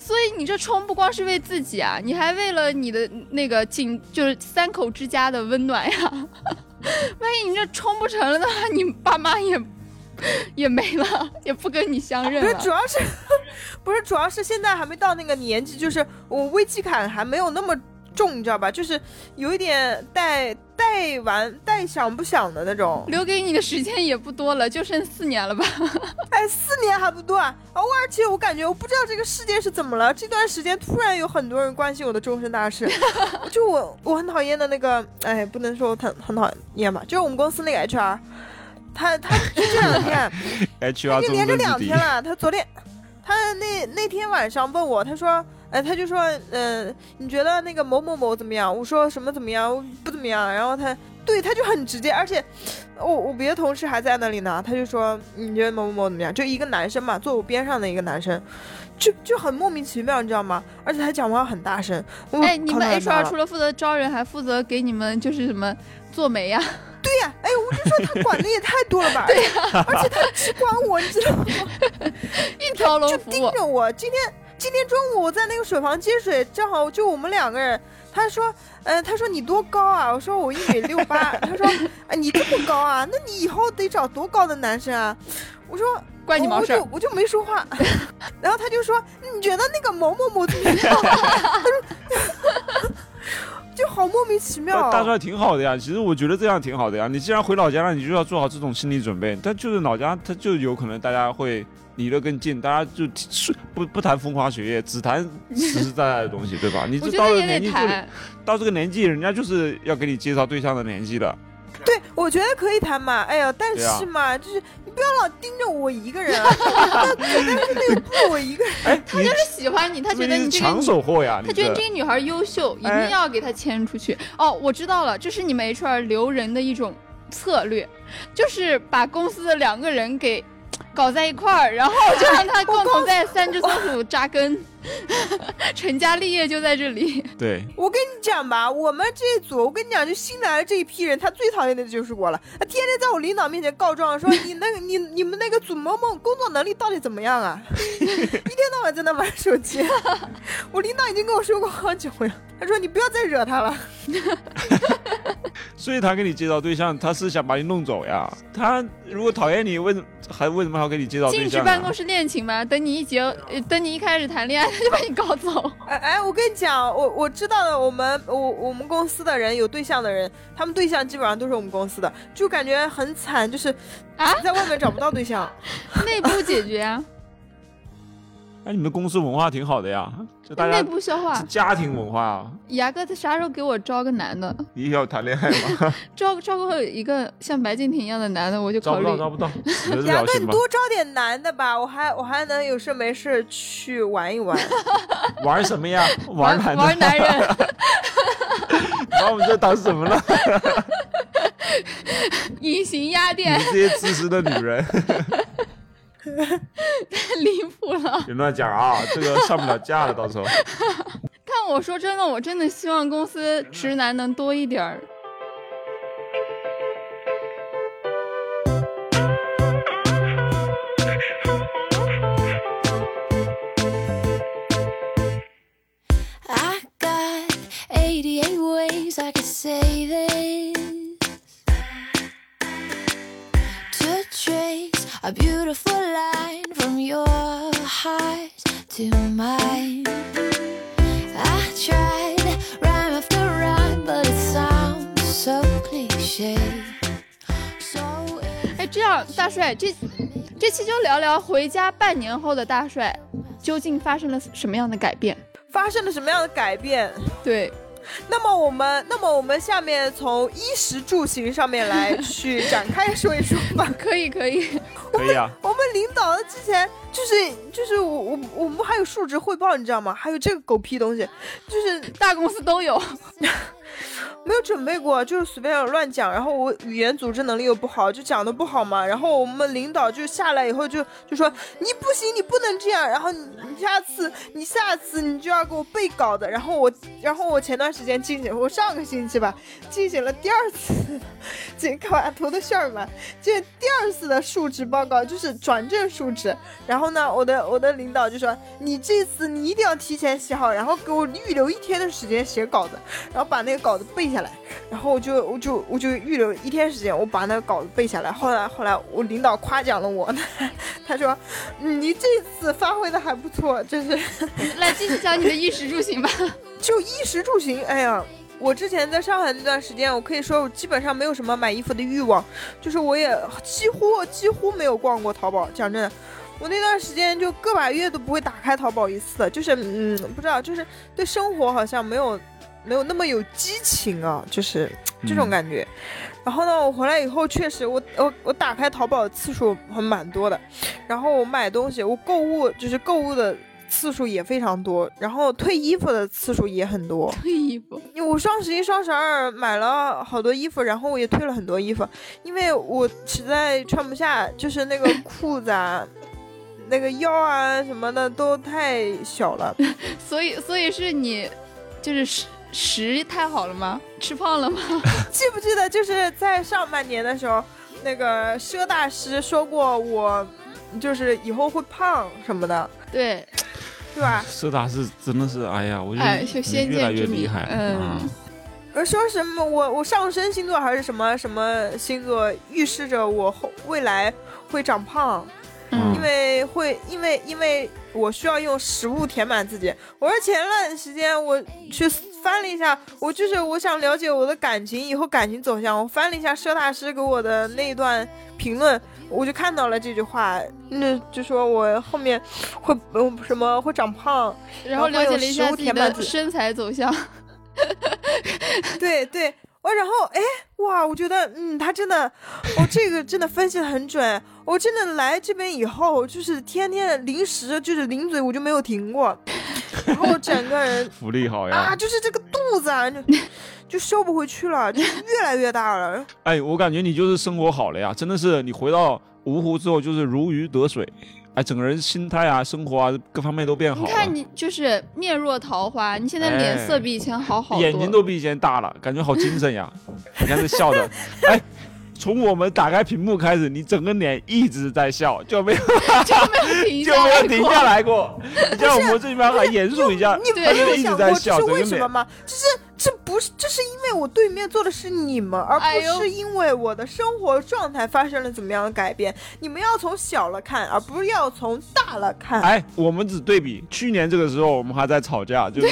Speaker 1: 所以你这冲不光是为自己啊，你还为了你的那个仅就是三口之家的温暖呀。 *laughs* 万一你这冲不成了的话，你爸妈也也没了，也不跟你相认
Speaker 3: 不是，
Speaker 1: 了
Speaker 3: 主。要是 *laughs* 不是主要是现在还没到那个年纪，就是我危机感还没有那么重，你知道吧？就是有一点带带玩带想不想的
Speaker 1: *laughs*
Speaker 3: 那种。
Speaker 1: 留给你的时间也不多了，就剩四年了吧？
Speaker 3: 哎，四年还不多啊！偶尔，且我感觉我不知道这个世界是怎么了，这段时间突然有很多人关心我的终身大事，就我我很讨厌的那个，哎，不能说我很很讨厌吧，就是我们公司那个 HR，他他就这两天。
Speaker 1: 哎
Speaker 2: ，HR
Speaker 3: 哎就
Speaker 2: 终
Speaker 3: 连
Speaker 2: 身
Speaker 3: 着两
Speaker 2: 啊之敌
Speaker 3: 天。了。他昨天，他那那天晚上问我，他说，哎，他就说，嗯、你觉得那个某某某怎么样？我说什么怎么样？我不怎么样。然后他对他就很直接，而且我我别的同事还在那里呢，他就说你觉得某某某怎么样？就一个男生嘛，坐我边上的一个男生。就就很莫名其妙，你知道吗？而且他讲话很大声。我
Speaker 1: 哎，你
Speaker 3: 可
Speaker 1: 们
Speaker 3: 难
Speaker 1: HR
Speaker 3: 了
Speaker 1: 除了负责招人，还负责给你们就是什么做媒呀、
Speaker 3: 对呀、哎，我就说他管的也太多
Speaker 1: *laughs*
Speaker 3: 了吧？对呀、
Speaker 1: 啊
Speaker 3: 而且他只管我，你知道吗？
Speaker 1: 一条龙
Speaker 3: 就
Speaker 1: 服
Speaker 3: 盯
Speaker 1: 务。
Speaker 3: 着我。今天今天中午我在那个水房接水，正好就我们两个人。他说，呃，他说你多高啊？我说我一米六八。
Speaker 1: *laughs*
Speaker 3: 他说，啊，你这么高啊？那你以后得找多高的男生啊？我说，
Speaker 1: 关你毛事儿
Speaker 3: 我就我就没说话。 *laughs* 然后他就说，你觉得那个某某某怎么样？ *laughs* 他说，就好莫名其妙。
Speaker 2: 呃
Speaker 3: 哦
Speaker 2: 大帅挺好的呀，其实我觉得这样挺好的呀。你既然回老家了，你就要做好这种心理准备。但就是老家，他就有可能大家会离得更近，大家就不不谈风花雪月，只谈实实在在的东西，
Speaker 1: *laughs*
Speaker 2: 对吧？你
Speaker 1: 我
Speaker 2: 这
Speaker 1: 觉
Speaker 2: 到
Speaker 1: 得
Speaker 2: 了
Speaker 1: 也得
Speaker 2: 年纪就
Speaker 1: 谈，
Speaker 2: 到这个年纪，人家就是要给你介绍对象的年纪
Speaker 1: *laughs*
Speaker 2: 了。
Speaker 3: 对，我觉得可以谈嘛。哎呀，但
Speaker 2: 对啊
Speaker 3: 是嘛，就是你不要老盯着我一
Speaker 2: *laughs*
Speaker 3: 个人啊，那绝对是那个不止我一个人。
Speaker 2: 哎，你
Speaker 1: 他喜欢你，他觉得
Speaker 2: 你
Speaker 1: 你
Speaker 2: 是
Speaker 1: 这个
Speaker 2: 抢
Speaker 1: 女
Speaker 2: 手货呀，
Speaker 1: 他
Speaker 2: 你
Speaker 1: 觉得
Speaker 2: 这
Speaker 1: 这个女孩优秀，一
Speaker 2: 哎
Speaker 1: 定要给她牵出去。哦，我知道了，这是你们 HR 留人的一种策略，就是把公司的两个人给搞在一块儿，然后就让他共同在三只松鼠扎根， *laughs* 成家立业就在这里。
Speaker 2: 对
Speaker 3: 我跟你讲吧，我们这一组，我跟你讲，就新来的这一批人，他最讨厌的就是我了。他天天在我领导面前告状，说你那个你你们那个组某某工作能力到底怎么样啊？ *laughs* 一天到晚在那玩手机。我领导已经跟我说过好久了，他说你不要再惹他了。
Speaker 2: 所以他给你介绍对象，他是想把你弄走呀。他如果讨厌你，为什么还为什么还要给你介绍对
Speaker 1: 禁止
Speaker 2: 象啊
Speaker 1: 办
Speaker 2: 呢
Speaker 1: 公？室恋情嘛，等你一结，呃等你一开始谈恋爱，他 *laughs* 就把你搞
Speaker 2: *laughs*
Speaker 1: 走。
Speaker 3: 哎哎，我跟你讲，我我知道的，我们我我们公司的人有对象的人，他们对象基本上都是我们公司的，就感觉很惨，就是
Speaker 1: 啊
Speaker 3: 在外面找不到对象。
Speaker 1: 内部解决啊，
Speaker 2: 哎，你们公司文化挺好的呀，就大
Speaker 1: 内
Speaker 2: 家
Speaker 1: 部消化
Speaker 2: 是。家庭文化啊。
Speaker 1: 牙哥，他啥时候给我招个男的？
Speaker 2: 你要谈恋爱
Speaker 1: *laughs*
Speaker 2: 吗？
Speaker 1: 招招个一个像白敬亭一样的男的，我就
Speaker 2: 招
Speaker 1: 考
Speaker 2: 不
Speaker 1: 虑。
Speaker 2: 到，招不到，只能是
Speaker 3: 牙
Speaker 2: 表
Speaker 3: 哥，
Speaker 2: 情
Speaker 3: 你
Speaker 2: 吧。
Speaker 3: 多招点男的吧，我还我还能有事没事去玩一
Speaker 2: *laughs*
Speaker 3: 玩。
Speaker 2: 玩什么呀？玩
Speaker 1: *laughs*
Speaker 2: 男
Speaker 1: 玩
Speaker 2: 的，
Speaker 1: 男人。
Speaker 2: 把我们这当什
Speaker 1: *laughs*
Speaker 2: 么了？
Speaker 1: 隐形压
Speaker 2: 你
Speaker 1: 店
Speaker 2: 这些自私的女人， *laughs*
Speaker 1: 太离谱 *laughs* 了！
Speaker 2: 别乱讲啊！这个上不了架了，到时候。
Speaker 1: 嗯
Speaker 2: 嗯
Speaker 1: 但我说真的，我真的希望公司直男能多一点儿。
Speaker 4: I got 88 ways I could say this to trace a beautiful line from your heart to mine. I tried rhyme after rhyme, but it sounds so cliche. So
Speaker 1: 哎，这样大帅，这这期就聊聊回家半年后的大帅究竟发生了什么样的改变？
Speaker 3: 发生了什么样的改变？
Speaker 1: 对，
Speaker 3: 那么我们，那么我们下面从衣食住行上面来去展开说一说吧。
Speaker 1: 可以可以，
Speaker 2: *laughs*
Speaker 1: *laughs*
Speaker 2: 可以啊，
Speaker 3: 我们领导之前就是就是我我我们还有述职汇报，你知道吗？还有这个狗屁东西，就是
Speaker 1: 大公司都有。
Speaker 3: 没有准备过，就是随便乱讲，然后我语言组织能力又不好，就讲的不好嘛。然后我们领导就下来以后就就说你不行，你不能这样。然后你你下次你下次你就要给我背稿的。然后我然后我前段时间进行，我上个星期吧进行了第二次 *laughs* 这个瓦图的事儿嘛，这第二次的述职报告就是转正述职。然后呢，我的我的领导就说你这次你一定要提前写好，然后给我预留一天的时间写稿子。然后把那个稿子背下来，然后我就我就我就预留一天时间，我把那个稿子背下来。后来后来我领导夸奖了我， *laughs* 他说嗯你这次发挥的还不错，就是
Speaker 1: *laughs* 来，继续讲你的衣食住 *laughs* 行吧。
Speaker 3: 就衣食住行，哎呀。我之前在上海那段时间，我可以说我基本上没有什么买衣服的欲望，就是我也几乎几乎没有逛过淘宝。讲真的，我那段时间就个把月都不会打开淘宝一次的，就是嗯，不知道，就是对生活好像没有没有那么有激情啊，就是
Speaker 2: 嗯
Speaker 3: 这种感觉。然后呢，我回来以后确实我，我我打开淘宝的次数还蛮多的，然后我买东西，我购物就是购物的次数也非常多，然后退衣服的次数也很多。
Speaker 1: 退衣服，
Speaker 3: 因为我双十一、双十二买了好多衣服，然后我也退了很多衣服，因为我实在穿不下，就是那个裤子啊。那个腰啊什么的都太小了，
Speaker 1: 所以所以是你就是食太好了吗？吃胖了吗？
Speaker 3: 记不记得就是在上半年的时候，那个佘大师说过我，就是以后会胖什么的，
Speaker 1: 对，
Speaker 3: 对吧？
Speaker 2: 色达是真的是，哎呀，我觉
Speaker 1: 哎
Speaker 2: 得
Speaker 1: 就
Speaker 2: 你
Speaker 1: 先
Speaker 2: 越来
Speaker 1: 见
Speaker 2: 越
Speaker 1: 之明
Speaker 2: 厉害，
Speaker 1: 嗯
Speaker 2: 嗯，
Speaker 3: 而说什么我我上升星座还是什么什么星座预示着我后未来会长胖，
Speaker 2: 嗯
Speaker 3: 因为会因为因为我需要用食物填满自己。我说前段时间我去翻了一下，我就是我想了解我的感情以后感情走向，我翻了一下佘大师给我的那一段评论，我就看到了这句话，那就说我后面会呃什么会长胖，
Speaker 1: 然后了解了一下自己
Speaker 3: 然后会有食物填满
Speaker 1: 的
Speaker 3: 自己
Speaker 1: 身材走向，
Speaker 3: *laughs* 对对，我然后哎哇，我觉得嗯，他真的，哦，这个真的分析的很准。我真的来这边以后，就是天天零食就是零嘴，我就没有停过，然后整
Speaker 2: *laughs*
Speaker 3: 个人
Speaker 2: 福利好哎
Speaker 1: 嗯
Speaker 2: 呀
Speaker 3: 啊，。就是这个肚
Speaker 2: *laughs*
Speaker 3: 子啊，就就收不回去了，就越来越大了。
Speaker 2: 哎，我感觉你就是生活好了呀，真的是你回到芜湖之后就是如鱼得水，哎，整个人心态啊、生活啊各方面都变好
Speaker 1: 你
Speaker 2: 了，哎
Speaker 1: 看你就是面若桃花，你现在脸色比以前好好多，
Speaker 2: 眼睛都比以前大了，感觉好精神呀。你看这笑的， *laughs* 哎，从我们打开屏幕开始，你整个脸一直在笑，就没有
Speaker 1: 就没有停
Speaker 2: 就
Speaker 1: 下
Speaker 2: 没
Speaker 1: 来过
Speaker 2: 有停 *laughs* 下
Speaker 1: *laughs*
Speaker 2: 来过。你像我们这边还严肃一下，
Speaker 3: 你
Speaker 1: 对
Speaker 3: 没有
Speaker 2: 就一直
Speaker 3: 想
Speaker 2: 在
Speaker 3: 过这
Speaker 2: 笑
Speaker 3: 是
Speaker 2: 整
Speaker 3: 为
Speaker 2: 个
Speaker 3: 什么
Speaker 2: 脸
Speaker 3: 吗？就是这不是，这是因为我对面坐的是你们，而
Speaker 1: 哎
Speaker 3: 不
Speaker 1: 呦
Speaker 3: 是因为我的生活状态发生了怎么样的改变。你们要从小了看，而不是要从大了看。
Speaker 2: 哎，我们只对比去年这个时候，我们还在吵
Speaker 1: *laughs*
Speaker 2: 架，就是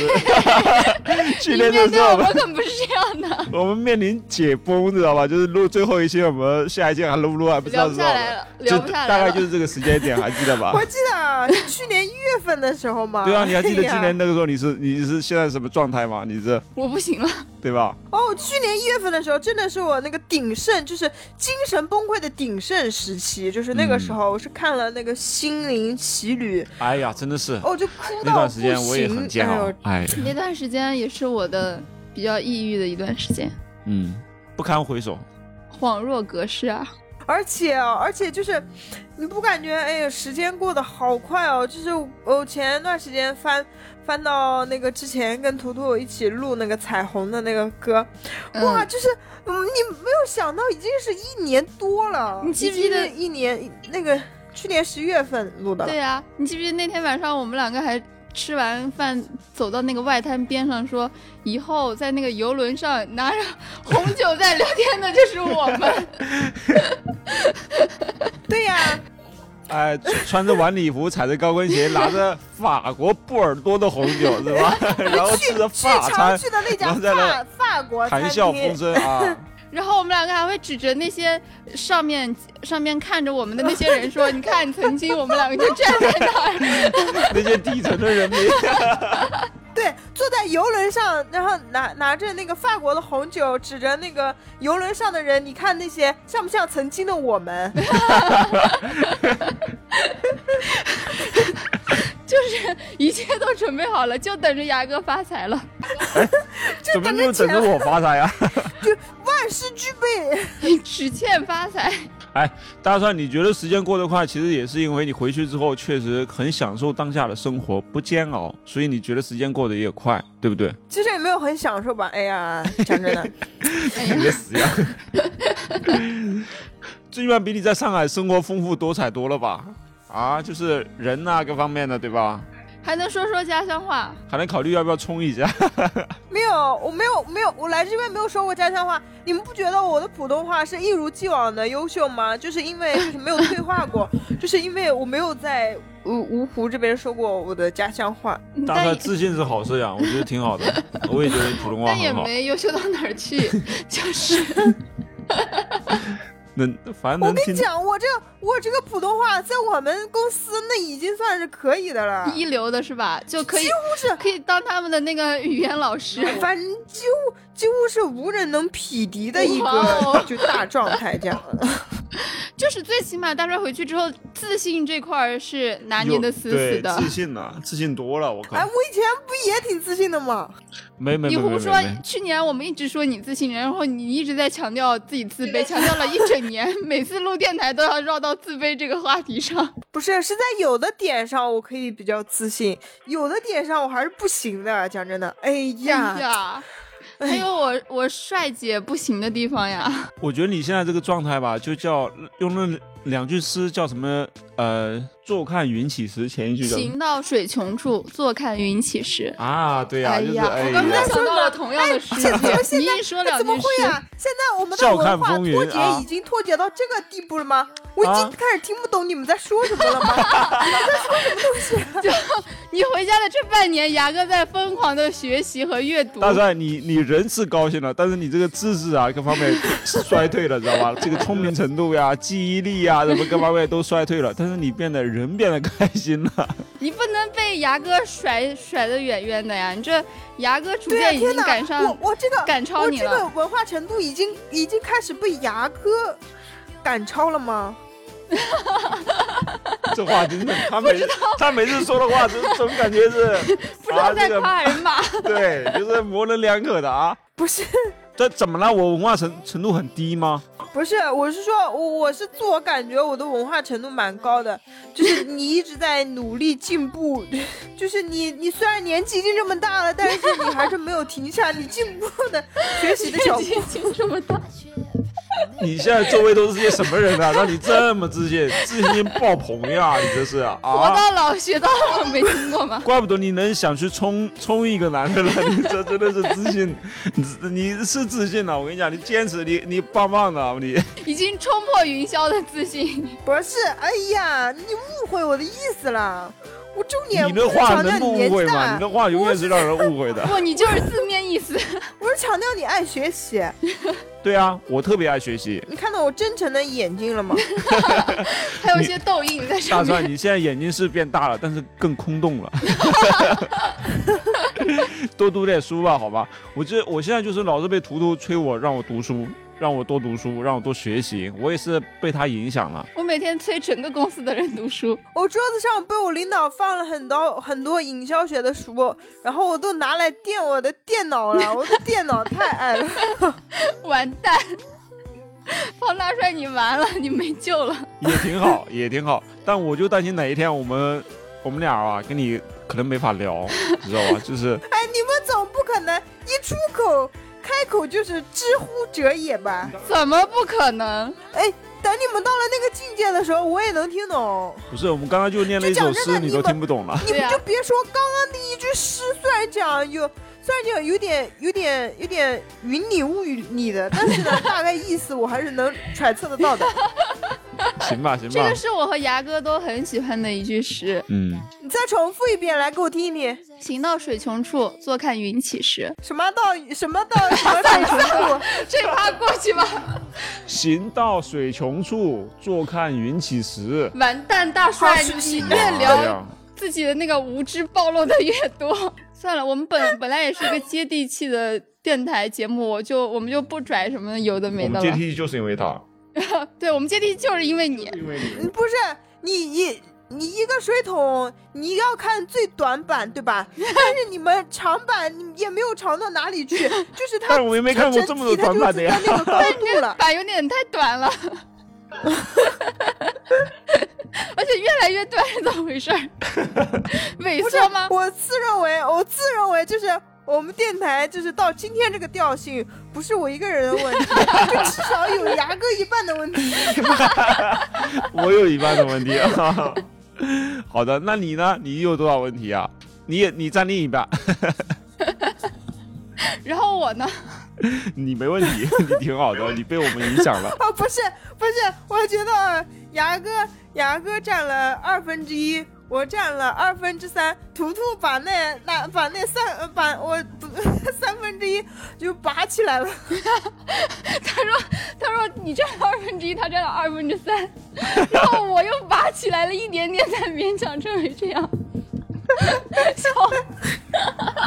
Speaker 2: 去
Speaker 1: 你
Speaker 2: 年
Speaker 1: 面
Speaker 2: 这个时
Speaker 1: 对
Speaker 2: 候
Speaker 1: 我
Speaker 2: 我们
Speaker 1: 们可不是这样的，
Speaker 2: 我们面临解封，知道吧？就是录最后一期，我们下一期还录不录还不知道，
Speaker 1: 聊不
Speaker 2: 知
Speaker 1: 下
Speaker 2: 道
Speaker 1: 来
Speaker 2: 吧？
Speaker 1: 了，
Speaker 2: 就
Speaker 1: 聊不下
Speaker 2: 大
Speaker 1: 来
Speaker 2: 概
Speaker 1: 了。
Speaker 2: 就是这个时间点，还记得吧
Speaker 3: *laughs* 我？记得啊是去年一月份的时候
Speaker 2: *laughs*
Speaker 3: 嘛。
Speaker 2: 对啊，你还记得
Speaker 3: 哎呀
Speaker 2: 今年那个时候你
Speaker 3: *laughs*
Speaker 2: 是你是现在什么状态吗？你是
Speaker 1: 我不行了，
Speaker 2: 对吧？
Speaker 3: 哦，去年一月份的时候，真的是我那个鼎盛，就是精神崩溃的鼎盛时期，就是那个时
Speaker 2: 嗯
Speaker 3: 候，我是看了那个《心灵奇旅》，
Speaker 2: 哎呀，真的是
Speaker 3: 哦，就哭
Speaker 2: 那
Speaker 3: 到
Speaker 2: 段
Speaker 3: 不
Speaker 2: 时
Speaker 3: 行。
Speaker 2: 间我也很煎
Speaker 3: 哎
Speaker 2: 熬
Speaker 3: 呦，
Speaker 2: 哎，
Speaker 1: 那段时间也是我的比较抑郁的一段时间，
Speaker 2: 嗯，不堪回首。
Speaker 1: 恍若隔世啊。
Speaker 3: 而且啊，而且就是，你不感觉哎呀，时间过得好快哦？就是我前段时间翻翻到那个之前跟图图一起录那个彩虹的那个歌，哇，
Speaker 1: 嗯，
Speaker 3: 就是嗯，你没有想到已经是一年多了，
Speaker 1: 你记不记得
Speaker 3: 已经是一年那个去年十一月份录的了
Speaker 1: 对？呀、你记不记得那天晚上我们两个还吃完饭走到那个外滩边上说，以后在那个游轮上拿着红酒在聊天的就是我们。
Speaker 3: 对呀、
Speaker 2: 哎，穿穿着晚礼服，踩着高跟鞋，拿着法国波尔多的红酒，是
Speaker 3: *laughs*
Speaker 2: 吧？然后吃着
Speaker 3: 去
Speaker 2: 法
Speaker 3: 常
Speaker 2: 餐，
Speaker 3: 去的那家
Speaker 2: 然后在那
Speaker 3: 法法国餐
Speaker 2: 谈笑
Speaker 3: 厅
Speaker 2: 风，生啊！
Speaker 1: 然后我们两个还会指着那些上面上面看着我们的那些人说：“你看，曾经我们两个就站在那儿。
Speaker 2: 那些底层的
Speaker 3: *laughs*
Speaker 2: 人民，
Speaker 3: 对，坐在游轮上，然后拿拿着那个法国的红酒，指着那个游轮上的人，你看那些像不像曾经的我们？”
Speaker 1: 就是一切都准备好了，就等着牙哥发财
Speaker 2: *laughs*
Speaker 1: 了，
Speaker 2: 怎么就等着我发财啊？
Speaker 3: 万事俱备。
Speaker 1: 只欠发财。
Speaker 2: 大蒜，你觉得时间过得快，其实也是因为你回去之后确实很享受当下的生活，不煎熬，所以你觉得时间过得也快，对不对？
Speaker 3: 其实也没有很享受吧，哎呀，讲真的，
Speaker 1: 哎呀，
Speaker 2: 你个死样！最起码比你在上海生活丰富多彩多了吧？啊，就是人呐、各方面的，对吧？
Speaker 1: 还能说说家乡话。
Speaker 2: 还能考虑要不要冲一下。
Speaker 3: 没有，我没有，没有，我来这边没有说过家乡话。你们不觉得我的普通话是一如既往的优秀吗？就是因为就是没有退化过， *laughs* 就是因为我没有在芜芜湖这边说过我的家乡话。
Speaker 2: 大
Speaker 1: 但
Speaker 2: 帅
Speaker 1: 也
Speaker 2: 自信是好事呀，我觉得挺好的。我也觉得你普通话
Speaker 1: 但也
Speaker 2: 很好。
Speaker 1: 没优秀到哪儿去， *laughs* 就是
Speaker 2: 能，反
Speaker 3: 我
Speaker 2: 正能
Speaker 3: 跟你
Speaker 2: 听。
Speaker 3: 讲，我这我这个普通话在我们公司那已经算是可以的了，
Speaker 1: 一流的是吧？就可以
Speaker 3: 几乎是
Speaker 1: 可以当他们的那个语言老师。
Speaker 3: *laughs* 反正几乎几乎是无人能匹敌的一
Speaker 1: 哇
Speaker 3: 个 *laughs*
Speaker 1: 哦
Speaker 2: *laughs*
Speaker 3: 就大状态这样。
Speaker 1: 就是最起码大帅回去之后，自信这块儿是拿捏
Speaker 2: 有
Speaker 1: 的死死的
Speaker 2: 对，。自信呐，自信多了，我靠
Speaker 3: 哎，，我以前不也挺自信的吗？
Speaker 2: 没没
Speaker 1: 你
Speaker 2: 没没
Speaker 1: 胡
Speaker 2: 没
Speaker 1: 说！
Speaker 2: 没，
Speaker 1: 去年我们一直说你自信，然后你一直在强调自己自卑，强调了一整年， *laughs* 每次录电台都要绕到自卑这个话题上。
Speaker 3: 不是，是在有的点上我可以比较自信，有的点上我还是不行的。讲真的，哎 *laughs* 呀，
Speaker 1: 哎呀，还有我我帅姐不行的地方呀，
Speaker 2: 我觉得你现在这个状态吧，就叫用那两句诗叫什么？呃，坐看云起时，前一句叫什么
Speaker 1: 行到水穷处，坐看云起时。
Speaker 2: 啊，对呀，
Speaker 1: 哎
Speaker 2: 就是
Speaker 1: 呀，
Speaker 2: 哎
Speaker 1: 我刚才
Speaker 2: 呀，
Speaker 1: 想到了同样的事
Speaker 3: 这怎么
Speaker 1: 情，
Speaker 3: 哎现
Speaker 1: 你
Speaker 3: 在
Speaker 1: 一说两
Speaker 3: 怎
Speaker 1: 句
Speaker 3: 么会
Speaker 1: 诗，
Speaker 3: 啊？现在我们的
Speaker 2: 笑
Speaker 3: 文
Speaker 2: 看
Speaker 3: 化
Speaker 2: 风云
Speaker 3: 脱节
Speaker 2: 啊
Speaker 3: 已经脱节到这个地步了吗？我已
Speaker 2: 啊
Speaker 3: 经开始听不懂你们在说什么
Speaker 1: *laughs*
Speaker 3: 了吗？
Speaker 1: 你回家的这半年，牙哥在疯狂的学习和阅读。
Speaker 2: 大帅，你你人是高兴了，但是你这个智智啊，各方面衰退了，知道吧？这 *laughs* 个聪明程度呀、记忆力呀，什么各方面都衰退了，但是你变得人变得开心了。 *laughs*
Speaker 1: 你不能被牙哥甩甩得远远的呀！你这牙哥逐
Speaker 3: 对呀、
Speaker 1: 渐已
Speaker 3: 天
Speaker 1: 经
Speaker 3: 哪
Speaker 1: 赶，上
Speaker 3: 我我这个
Speaker 1: 赶超
Speaker 3: 我
Speaker 1: 你
Speaker 3: 这个
Speaker 1: 了。
Speaker 3: 文化程度已经已经开始被牙哥赶超了吗？
Speaker 2: 这话真的，他每他每次说的话，总总感觉是
Speaker 1: *laughs* 不知
Speaker 2: 啊，
Speaker 1: 道
Speaker 2: 这
Speaker 1: 在
Speaker 2: 个
Speaker 1: 夸人吧？
Speaker 2: 对，就是模棱两可的啊。
Speaker 3: 不是，
Speaker 2: 这怎么了？我文化程程度很低吗？
Speaker 3: 不是，我是说，我我是自我感觉我的文化程度蛮高的， *laughs* 就是你一直在努力进步， *laughs* 就是你你虽然年纪已经这么大了，但是你还是没有停下你进步的 *laughs* 学习的
Speaker 2: *laughs*
Speaker 3: 脚步。
Speaker 1: 情 *laughs* 这么大，
Speaker 2: 你现在周围都是些什么人啊？ *laughs* 让你这么自信，自信心爆棚呀！你这是啊
Speaker 1: 活
Speaker 2: 啊！
Speaker 1: 到老学到老，没听过吗？
Speaker 2: 怪不得你能想去冲冲一个男的了，你这真的是自信， *laughs* 你你是自信啊了。我跟你讲，你坚持，你你棒棒的，啊你
Speaker 1: 已经冲破云霄的自信，
Speaker 3: 不是，哎呀，你误会我的意思了。我重点
Speaker 2: 你那
Speaker 3: 不是强
Speaker 2: 话
Speaker 3: 调
Speaker 2: 能
Speaker 3: 你
Speaker 2: 不误
Speaker 3: 年纪
Speaker 2: 会吗？
Speaker 3: 大
Speaker 2: 你，那话永远是让人误会
Speaker 3: *laughs*
Speaker 2: 的。
Speaker 1: 不，你就是字面意思。
Speaker 3: 我是强调你爱学习。 *laughs*
Speaker 2: 对啊，我特别爱学习。
Speaker 3: 你看到我真诚的眼睛了吗？
Speaker 1: 还有一些痘印在
Speaker 2: 大
Speaker 1: 上
Speaker 2: 帅，
Speaker 1: 面。
Speaker 2: 你现在眼睛是变大了，但是更空洞了。多读点书吧，好吧。我这我现在就是老是被图图催我让我读书，让我多读书，让我多学习。我也是被他影响了。
Speaker 1: 我每天催整个公司的人读书，
Speaker 3: 我桌子上被我领导放了很多很多营销学的书，然后我都拿来垫我的电脑了。我的电脑太矮了， *laughs*
Speaker 1: 完蛋！方大帅，你完了，你没救了。
Speaker 2: 也挺好，也挺好。但我就担心哪一天我们我们俩啊，跟你可能没法聊，知道吧？就是
Speaker 3: 哎，你们总不可能一出口开口就是知乎者也吧？哎
Speaker 1: 怎么不可能？
Speaker 3: 等你们到了那个境界的时候，我也能听懂。
Speaker 2: 不是我们刚刚就念了一首诗，你都听不懂了。
Speaker 3: 你
Speaker 1: 对
Speaker 3: 们
Speaker 1: 啊
Speaker 3: 就别说刚刚那一句诗，虽然讲有，虽然讲有点、有点、有点云里雾里的，但是呢，
Speaker 1: *laughs*
Speaker 3: 大概意思我还是能揣测得到的。
Speaker 2: 行吧，行
Speaker 1: 这
Speaker 2: 吧
Speaker 1: 个。是我和牙哥都很喜欢的一句诗
Speaker 2: 嗯，
Speaker 3: 你再重复一遍来给我听一听，：“
Speaker 1: 行到水穷处，坐看云起时。
Speaker 3: 什么到什么到什么水平度？”
Speaker 1: 这趴过去吧，
Speaker 2: 行到水穷处，坐看云起时。
Speaker 1: 完蛋！大帅，
Speaker 3: 好
Speaker 1: 你
Speaker 3: 熟悉
Speaker 1: 你
Speaker 3: 啊
Speaker 1: 越
Speaker 2: 这
Speaker 1: 聊
Speaker 2: 样
Speaker 1: 自己的那个无知暴露的越多。 *laughs* 算了，我们本本来也是一个接地气的电台节目，我就我们就不拽什么有的没
Speaker 2: 我
Speaker 1: 的
Speaker 2: 们阶
Speaker 1: 了。
Speaker 2: 梯就是因为他，
Speaker 1: 对，我们接地气就是因为你。
Speaker 2: 因为
Speaker 3: 你不是你一你一个水桶，你要看最短板对吧？但是你们长板也没有长到哪里去，就是它
Speaker 2: 但我也没看过这么多短板的呀
Speaker 3: 它整体它就是到那个高
Speaker 1: *laughs*
Speaker 3: 度了。
Speaker 1: 板有点太短了， *laughs* 而且越来越短，是怎么回
Speaker 2: *laughs*
Speaker 1: 事儿？萎
Speaker 3: 不是
Speaker 1: 缩吗？
Speaker 3: 我自认为，我自认为就是我们电台就是到今天这个调性，不是我一个人的问题，就至少有牙哥一半的问题。
Speaker 2: 我有一半的问题啊。 *laughs* 好的，那你呢？你有多少问题啊？你也你占另一半， *laughs*
Speaker 1: 然后我呢？
Speaker 2: 你没问题，你挺好的，你被我们影响了。
Speaker 3: 啊，不是不是，我觉得牙哥牙哥占了二分之一，我占了二分之三，图图把那那把那三呃把我 *laughs* 三分之一就拔起来了。 *laughs*
Speaker 1: 他说：“他说你占了二分之一，他占了二分之三， *laughs* 然后我又拔起来了一点点，才勉强成为这样。 *laughs* 笑，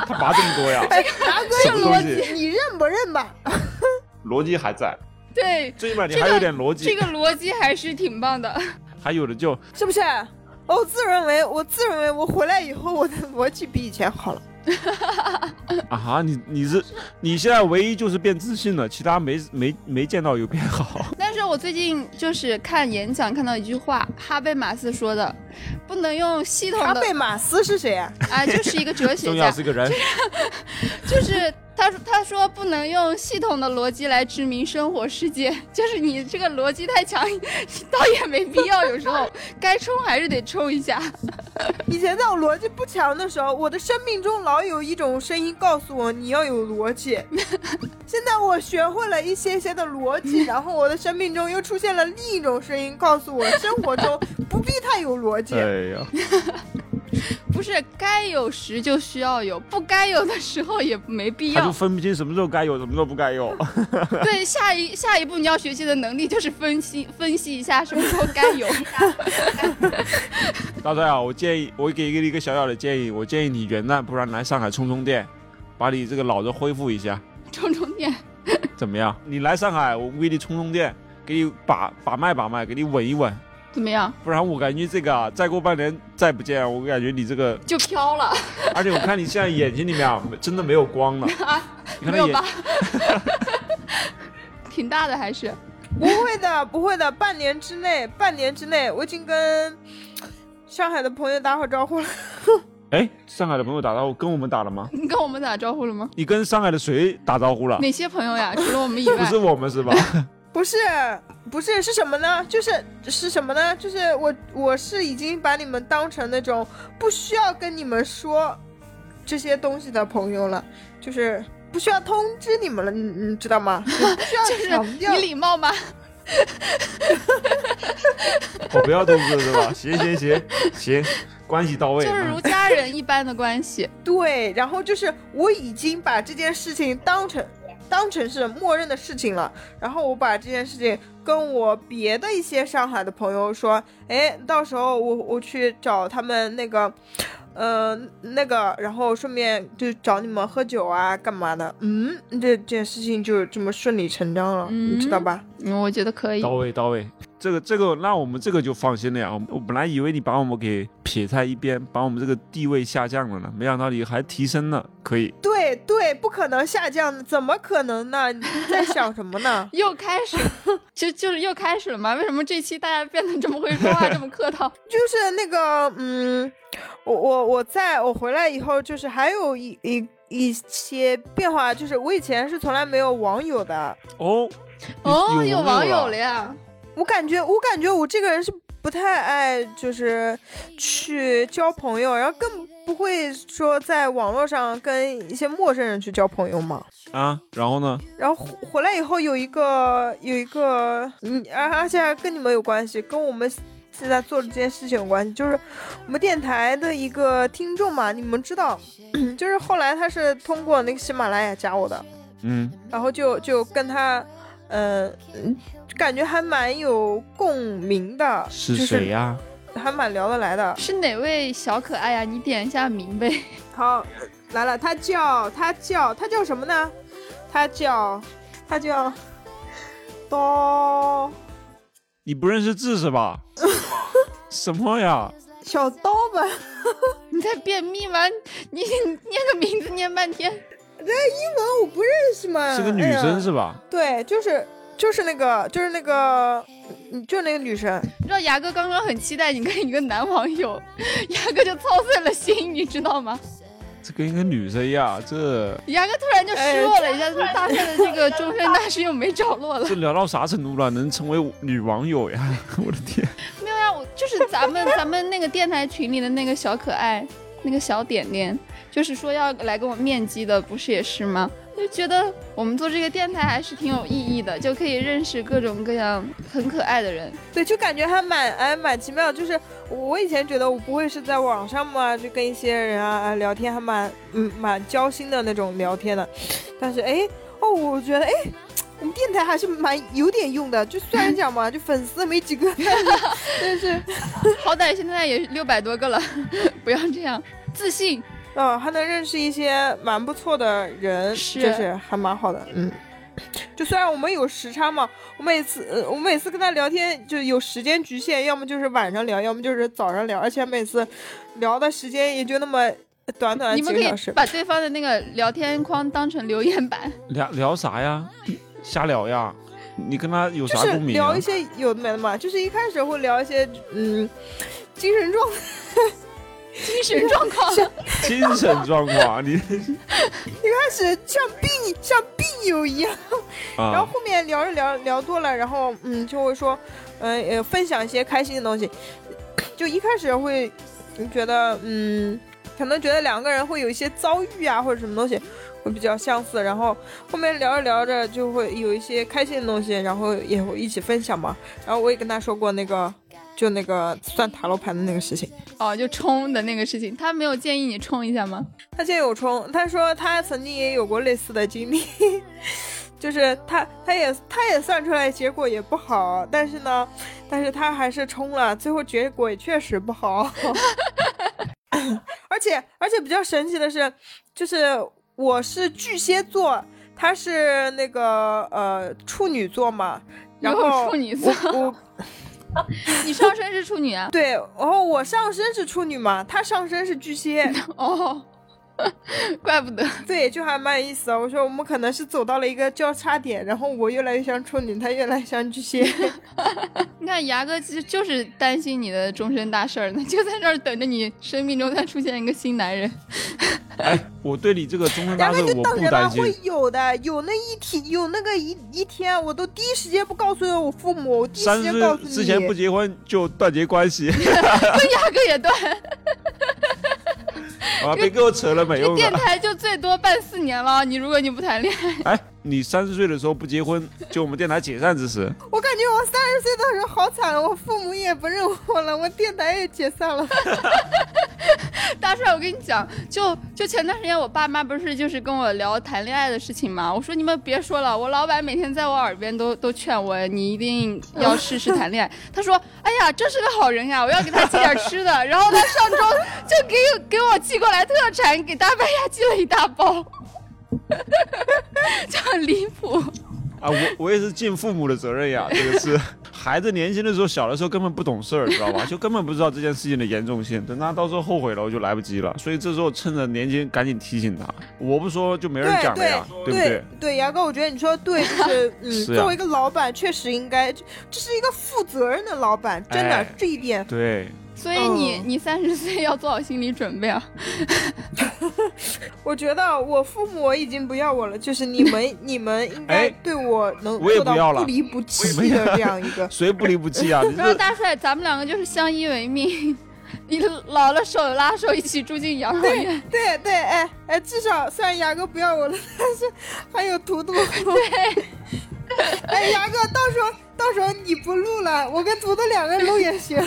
Speaker 2: 他拔这么多呀，
Speaker 3: 哎，牙哥
Speaker 2: 什么
Speaker 1: 这
Speaker 2: 东
Speaker 1: 逻
Speaker 2: 西？
Speaker 3: 你认不认吧？
Speaker 2: 逻辑还在，
Speaker 1: 对，
Speaker 2: 最起码你
Speaker 1: 这
Speaker 2: 还
Speaker 1: 个
Speaker 2: 有点逻辑，
Speaker 1: 这个逻辑还是挺棒
Speaker 2: *laughs*
Speaker 1: 的。
Speaker 2: 还有的就是
Speaker 3: 不是？哦我自认为，我自认为我回来以后，我的逻辑比以前好了。
Speaker 2: 啊，你你是你现在唯一就是变自信了，其他没没没见到有变好。
Speaker 1: 但是我最近就是看演讲看到一句话，哈贝马斯说的，不能用系统
Speaker 3: 阿
Speaker 1: 的
Speaker 3: 贝马斯是谁啊？
Speaker 1: 啊，就是一个哲学
Speaker 2: *laughs* 重
Speaker 1: 家
Speaker 2: 要，是个人，
Speaker 1: 就是他说他说不能用系统的逻辑来殖民生活世界， *laughs* 就是你这个逻辑太强，倒也没必要，有时
Speaker 2: *laughs*
Speaker 1: 候该冲还是得冲一下。
Speaker 3: 以前在我逻辑不强的时候，我的生命中老有一种声音告诉我你要有逻辑。现在我学会了一些些的逻辑，然后我的生命中又出现了另一种声音告诉我，生活中不必太有逻辑。
Speaker 2: 哎呀，
Speaker 1: 不是该有时就需要有，不该有的时候也没必
Speaker 2: 他就
Speaker 1: 要。
Speaker 2: 分不清什么时候该有，什么时候不该有。
Speaker 1: *laughs* 对，下一下一步你要学习的能力就是分析分析一下什么时候该 *laughs* 有。
Speaker 2: 大帅啊，我建议，我给你一个小小的建议，我建议你元旦不然来上海充充电，把你这个脑子恢复
Speaker 1: *laughs*
Speaker 2: 一下，
Speaker 1: 充充电，
Speaker 2: 怎么样？你来上海，我给你充充电，给你把把脉把脉，给你稳一稳。
Speaker 1: 怎么样？
Speaker 2: 不然我感觉这个啊，再过半年再不见，我感觉你这个，
Speaker 1: 就飘了，
Speaker 2: 而且我看你现在眼睛里面啊，真的没有光
Speaker 1: *laughs*
Speaker 2: 了。你看
Speaker 1: 啊没
Speaker 2: 他
Speaker 1: 有 *laughs*
Speaker 2: 眼
Speaker 1: 吧？挺大的还是？
Speaker 3: 不会的，不会的，半年之内，半年之内，我已经跟上海的朋友打好招呼了。
Speaker 2: 哎，上海的朋友打招呼跟我们打了吗？
Speaker 1: 你跟我们打招呼了吗？
Speaker 2: 你跟上海的谁打招呼了？
Speaker 1: 哪些朋友呀？除了我们以
Speaker 2: 不
Speaker 1: 外
Speaker 2: 是，我们是吧？
Speaker 3: 不是，不是，是什么呢？就是是什么呢？就是我我是已经把你们当成那种不需要跟你们说这些东西的朋友了，就是不需要通知你们了，你你知道吗？就不需要
Speaker 1: *laughs* 就是
Speaker 3: 强
Speaker 1: 你
Speaker 3: 调。
Speaker 1: 礼貌吗？
Speaker 2: 我不要通知是吧？行行行行，关系到位。
Speaker 1: 就是如家人一般的关系。
Speaker 3: 对，然后就是我已经把这件事情当成当成是默认的事情了，然后我把这件事情跟我别的一些上海的朋友说，哎，到时候我我去找他们那个，呃，那个，然后顺便就找你们喝酒啊，干嘛的？嗯，这这件事情就这么顺理成章了，你知道吧？
Speaker 1: 嗯，我觉得可以？
Speaker 2: 到。位到位。这个这个，那我们这个就放心了呀。我我本来以为你把我们给撇在一边，把我们这个地位下降了呢，没想到你还提升了，可以。
Speaker 3: 对对，不可能下降的，怎么可能呢？你在想什么呢
Speaker 1: 又开始，就就是又开始了嘛？为什么这期大家变得这么会说话，这么客套？
Speaker 3: 就是那个，嗯，我我我在我回来以后，就是还有一一一些变化，就是我以前是从来没有网友的，
Speaker 2: 哦
Speaker 1: 哦， *laughs* 有网友了
Speaker 2: 了。
Speaker 1: 呀！
Speaker 3: 我感觉我感觉我这个人是不太爱就是去交朋友，然后更不会说在网络上跟一些陌生人去交朋友嘛。
Speaker 2: 啊，然后呢？
Speaker 3: 然后回回来以后有一个有一个，嗯，而而且还跟你们有关系，跟我们现在做的这件事情有关系，就是我们电台的一个听众嘛，你们知道， *clears throat* 就是后来他是通过那个喜马拉雅加我的，
Speaker 2: 嗯，
Speaker 3: 然后就就跟他，嗯、嗯感觉还蛮有共鸣的，
Speaker 2: 是谁呀、
Speaker 3: 就是还蛮聊得来的。
Speaker 1: 是哪位小可爱呀？你点一下名呗。
Speaker 3: 好，来了，他叫他叫他叫什么呢？他叫他叫刀。
Speaker 2: 你不认识字是吧？什么呀？
Speaker 3: 小刀 *laughs* 吧，
Speaker 1: 你在便秘吗？ *laughs* 你你念个名字念半天，
Speaker 3: 我不认识嘛。
Speaker 2: 是个女
Speaker 3: 哎呀
Speaker 2: 生是吧？
Speaker 3: 对，就是就是那个就是那个，嗯就是那个女生。
Speaker 1: 你知道牙哥刚刚很期待你跟一个男网友，牙哥就操碎了心，你知道吗？
Speaker 2: 这跟一个女生呀，这
Speaker 1: 牙哥突然就失落了一下，大帅的这个终身大事又没着落了。 *laughs*
Speaker 2: 这聊到啥程度了？能成为女网友呀？ *laughs* 我的天！
Speaker 1: 没有呀，啊我就是咱们咱们那个电台群里的那个小可爱，那个小点点，就是说要来跟我面基的，不是也是吗？就觉得我们做这个电台还是挺有意义的，就可以认识各种各样很可爱的人。
Speaker 3: 对，就感觉还蛮哎蛮奇妙。就是我以前觉得我不会是在网上嘛，就跟一些人啊啊聊天，还蛮嗯蛮交心的那种聊天的。但是哎哦，我觉得哎。我们电台还是蛮有点用的，就虽然讲嘛，就粉丝没几个，但是但是，
Speaker 1: 好歹现在也六百多个了， *laughs* 不要这样自信。
Speaker 3: 嗯、还能认识一些蛮不错的人，
Speaker 1: 是
Speaker 3: 就是还蛮好的，嗯。就虽然我们有时差嘛，我每次呃我每次跟他聊天就有时间局限，要么就是晚上聊，要么就是早上聊，而且每次聊的时间也就那么短短
Speaker 1: 你
Speaker 3: 啊几
Speaker 1: 们
Speaker 3: 个
Speaker 1: 可
Speaker 3: 小
Speaker 1: 以
Speaker 3: 时。
Speaker 1: 把对方的那个聊天框当成留言
Speaker 3: *laughs*
Speaker 1: 板，
Speaker 2: 聊聊啥呀？瞎聊呀？你跟他有
Speaker 3: 就
Speaker 2: 啥
Speaker 3: 是
Speaker 2: 共鸣、啊
Speaker 3: 聊一？些有的没的嘛，就是一开始会聊一些嗯精神状态，
Speaker 1: 精神状况。
Speaker 2: 精神状况，啊你
Speaker 3: 开始像病像病友一样，
Speaker 2: 啊，
Speaker 3: *laughs* 然后后面聊着聊聊多了，然后嗯就会说，嗯呃分享一些开心的东西， *clears throat* 就一开始会觉得嗯可能觉得两个人会有一些遭遇啊或者什么东西会比较相似，然后后面聊着聊着就会有一些开心的东西，然后也会一起分享嘛，然后我也跟他说过那个就那个算塔罗牌的那个事情。
Speaker 1: 哦，就冲的那个事情，他没有建议你冲一下
Speaker 3: *laughs*
Speaker 1: 吗？
Speaker 3: 他现在有冲，他说他曾经也有过类似的经历， *laughs* 就是他他也他也算出来结果也不好，但是呢，但是他还是冲了，最后结果也确实不好。 *laughs* 而且而且比较神奇的是，就是我是巨蟹座，他是那个呃处女座嘛，然
Speaker 1: 有
Speaker 3: 后
Speaker 1: 处女座
Speaker 3: 我我
Speaker 1: 你上身是处女啊？
Speaker 3: 对，然后我上身是处女嘛，他上身是巨蟹。
Speaker 1: 哦， *laughs* 怪不得。
Speaker 3: 对，就还蛮有意思啊的。我说我们可能是走到了一个交叉点，然后我越来越像处女，他越来越像
Speaker 2: *laughs*
Speaker 3: 巨蟹。
Speaker 1: 你看牙哥其实就是担心你的终身大事儿呢，就在这儿等着你生命中再出现一个新男人。
Speaker 2: 哎，我对你这个终身
Speaker 3: 然
Speaker 2: 大
Speaker 3: 后
Speaker 2: 事
Speaker 3: 就
Speaker 2: 我
Speaker 3: 等
Speaker 2: 不
Speaker 3: 着吧，
Speaker 2: 担心
Speaker 3: 会，有的，有那一天，有那个一一天，我都第一时间不告诉我父母，我第一
Speaker 2: 三
Speaker 3: 时
Speaker 2: 十
Speaker 3: 间告
Speaker 2: 岁
Speaker 3: 诉你。
Speaker 2: 之前不结婚就断绝关
Speaker 3: *laughs*
Speaker 2: 系
Speaker 1: 牙哥也断，
Speaker 2: *laughs* 啊！别给我扯了没
Speaker 1: 这
Speaker 2: 用
Speaker 1: 电
Speaker 2: 的。
Speaker 1: 台就最多办四年了。你如果你不谈恋爱，
Speaker 2: *laughs* 哎，你三十岁的时候不结婚，就我们电台解散之时，
Speaker 3: 我感觉我三十岁的时候好惨，我父母也不认我了，我电台也解散了。
Speaker 1: 大帅，我跟你讲，就就前段时间我爸妈不是就是跟我聊谈恋爱的事情嘛，我说你们别说了，我老板每天在我耳边都都劝我，你一定要试试谈恋爱。他说，哎呀，真是个好人呀，我要给他寄点吃的。然后他上周就给给我寄过来特产，给大白牙寄了一大包， *laughs* 就很离谱。
Speaker 2: 啊，我我也是尽父母的责任呀，这个是 *laughs* 孩子年轻的时候，小的时候根本不懂事儿，知道吧？就 *laughs* 根本不知道这件事情的严重性，等他到时候后悔了，我就来不及了。所以这时候趁着年轻，赶紧提醒他。我不说就没 *laughs* 人讲了呀，
Speaker 3: 对
Speaker 2: 不对？
Speaker 3: 对，牙哥，我觉得你说的
Speaker 2: *laughs*
Speaker 3: 对，就是嗯，
Speaker 2: 是啊
Speaker 3: 作为一个老板，确实应该，这这是一个负责任的老板，真的、
Speaker 2: 哎
Speaker 3: 这一点
Speaker 2: 对，
Speaker 1: 所以你、
Speaker 3: 嗯
Speaker 1: 你三十岁要做好心理准备啊。
Speaker 3: 我觉得我父母已经不要我了，就是你
Speaker 2: *laughs*
Speaker 3: 们你们应该
Speaker 2: 哎
Speaker 3: 对我能
Speaker 2: 我也
Speaker 3: 做
Speaker 2: 不要
Speaker 3: 到
Speaker 2: 了。
Speaker 3: 不离不弃的这样一个
Speaker 2: 谁不离不弃
Speaker 3: *laughs*
Speaker 2: 啊？你
Speaker 1: 然后
Speaker 2: 这
Speaker 1: 大帅，咱们两个就是相依为命，你老了手拉手一起住进养老院。
Speaker 3: 对对，哎哎，至少虽然牙哥不要我了，但是还有图
Speaker 1: *laughs*
Speaker 3: 图。
Speaker 1: 对，
Speaker 3: *laughs* 哎，牙哥，到时候到时候你不录了，我跟图图两个人录也
Speaker 1: *laughs*
Speaker 3: 行。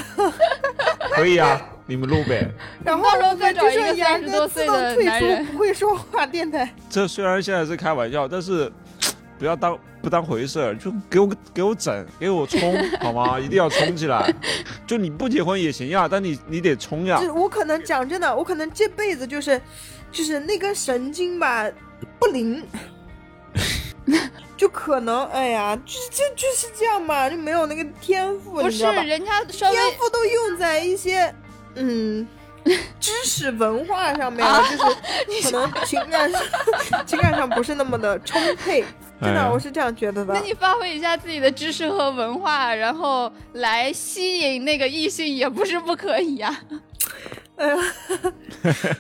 Speaker 2: 可以啊，你们录呗。
Speaker 3: 然后
Speaker 1: 到时候
Speaker 3: 我们
Speaker 1: 再
Speaker 3: 就
Speaker 1: 找一
Speaker 3: 是
Speaker 1: 个
Speaker 3: 牙
Speaker 1: 30
Speaker 3: 哥
Speaker 1: 多
Speaker 3: 自
Speaker 1: 岁
Speaker 3: 动
Speaker 1: 的
Speaker 3: 退
Speaker 1: 男人
Speaker 3: 出不会说话电台。
Speaker 2: 这虽然现在是开玩笑，但是不要当不当回事儿，就给我给我整，给我冲好吗？一定要冲起来！就你不结婚也行呀，但你你得冲呀
Speaker 1: 啊
Speaker 3: 就！是我可能讲真的，我可能这辈子就是，就是那根神经吧不
Speaker 1: *laughs*
Speaker 3: 灵，就可能哎呀，就是就就是这样嘛，就没有那个天赋，
Speaker 1: 不
Speaker 3: 你知
Speaker 1: 是
Speaker 3: 道吧？
Speaker 1: 人家稍微
Speaker 3: 天赋都用在一些
Speaker 1: *laughs*
Speaker 3: 嗯知识文化上
Speaker 1: 啊
Speaker 3: 面了，就是可能情感上
Speaker 1: *laughs*
Speaker 3: 情感上不是那么的充沛，真
Speaker 2: 哎
Speaker 3: 的我是这样觉得的
Speaker 1: 那。你发挥一下自己的知识和文化，然后来吸引那个异性也不是不可以啊呀、
Speaker 3: 哎呦，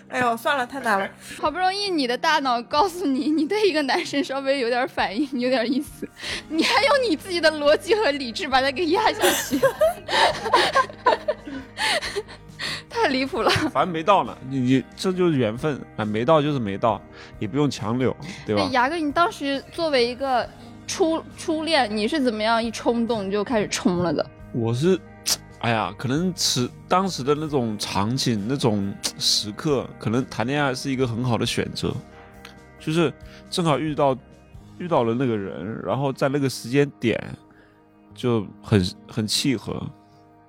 Speaker 3: 哎呦，算了，太难了。
Speaker 1: 好不容易你的大脑告诉你，你对一个男生稍微有点反应，有点意思，你还用你自己的逻辑和理智把他给压下去， *laughs* 太离谱了。
Speaker 2: 反正没到呢，你你这就是缘分啊，没到就是没到，也不用强扭，对
Speaker 1: 那
Speaker 2: 吧？
Speaker 1: 哎牙哥，你当时作为一个初初恋，你是怎么样一冲动就开始冲了的？
Speaker 2: 我是，哎呀，可能此当时的那种场景、那种时刻，可能谈恋爱是一个很好的选择，就是正好遇到遇到了那个人，然后在那个时间点就很很契合，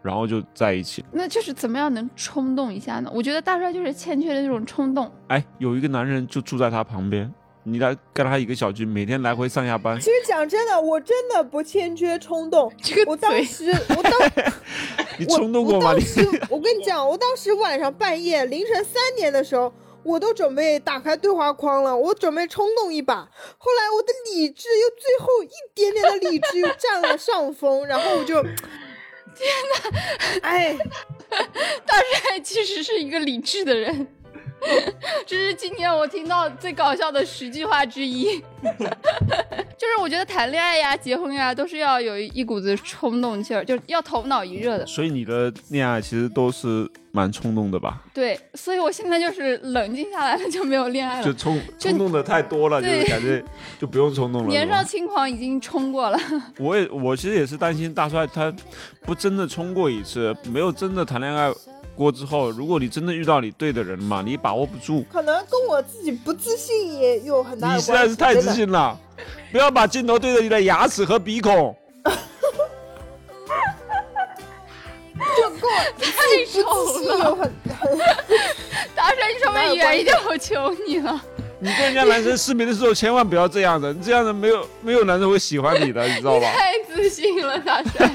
Speaker 2: 然后就在一起了。
Speaker 1: 那就是怎么样能冲动一下呢？我觉得大帅就是欠缺的那种冲动。
Speaker 2: 哎，有一个男人就住在他旁边，你来跟他一个小区，每天来回上下
Speaker 3: *laughs*
Speaker 2: 班
Speaker 3: 其，实讲真的，我真的不欠缺冲动。
Speaker 1: *laughs* 这
Speaker 3: 我
Speaker 1: 个
Speaker 3: 当
Speaker 1: 嘴
Speaker 3: 时，我当
Speaker 2: 你
Speaker 3: 我
Speaker 2: *laughs* 冲动过吗？
Speaker 3: 我
Speaker 2: 你
Speaker 3: 当时，我跟你讲，我当时晚上半夜凌晨三点的时候，我都准备打开对话框了，我准备冲动一把。后来我的理智又最后一点点的理智又占了上风，然后我就，天哪，哎，
Speaker 1: 他 *laughs* 其实是一个理智的人， *laughs* 这是今年我听到最搞笑的十句话之一。 *laughs* 就是我觉得谈恋爱呀、结婚呀，都是要有一股子冲动劲儿，就是要头脑一热的。
Speaker 2: 所以你的恋爱其实都是蛮冲动的吧？
Speaker 1: 对，所以我现在就是冷静下来了，就没有恋爱
Speaker 2: 就
Speaker 1: 了。
Speaker 2: 冲
Speaker 1: 就
Speaker 2: 冲动的太多了，就
Speaker 1: 对
Speaker 2: 是感觉就不用冲动了。
Speaker 1: 年
Speaker 2: 是吧
Speaker 1: *laughs* 少轻狂已经冲过了，
Speaker 2: 我也我其实也是担心大帅他不真的冲过一次，没有真的谈恋爱过之后，如果你真的遇到你对的人嘛，你把握不住。
Speaker 3: 可能跟我自己不自信也有很大
Speaker 2: 你
Speaker 3: 的关系。
Speaker 2: 实在是太
Speaker 3: 真
Speaker 2: 自
Speaker 3: 的。
Speaker 2: 信了， *laughs* 不要把镜头对着你的牙齿和鼻孔。
Speaker 1: 太丑
Speaker 3: 自信
Speaker 1: 了！
Speaker 3: 有很
Speaker 1: 大帅，你稍微远一点，我求你了。
Speaker 2: 你跟人家男生视频的时候千万不要这样子，你这样子没有没有男生会喜欢你的，你知道吧？
Speaker 1: 太自信了，大帅。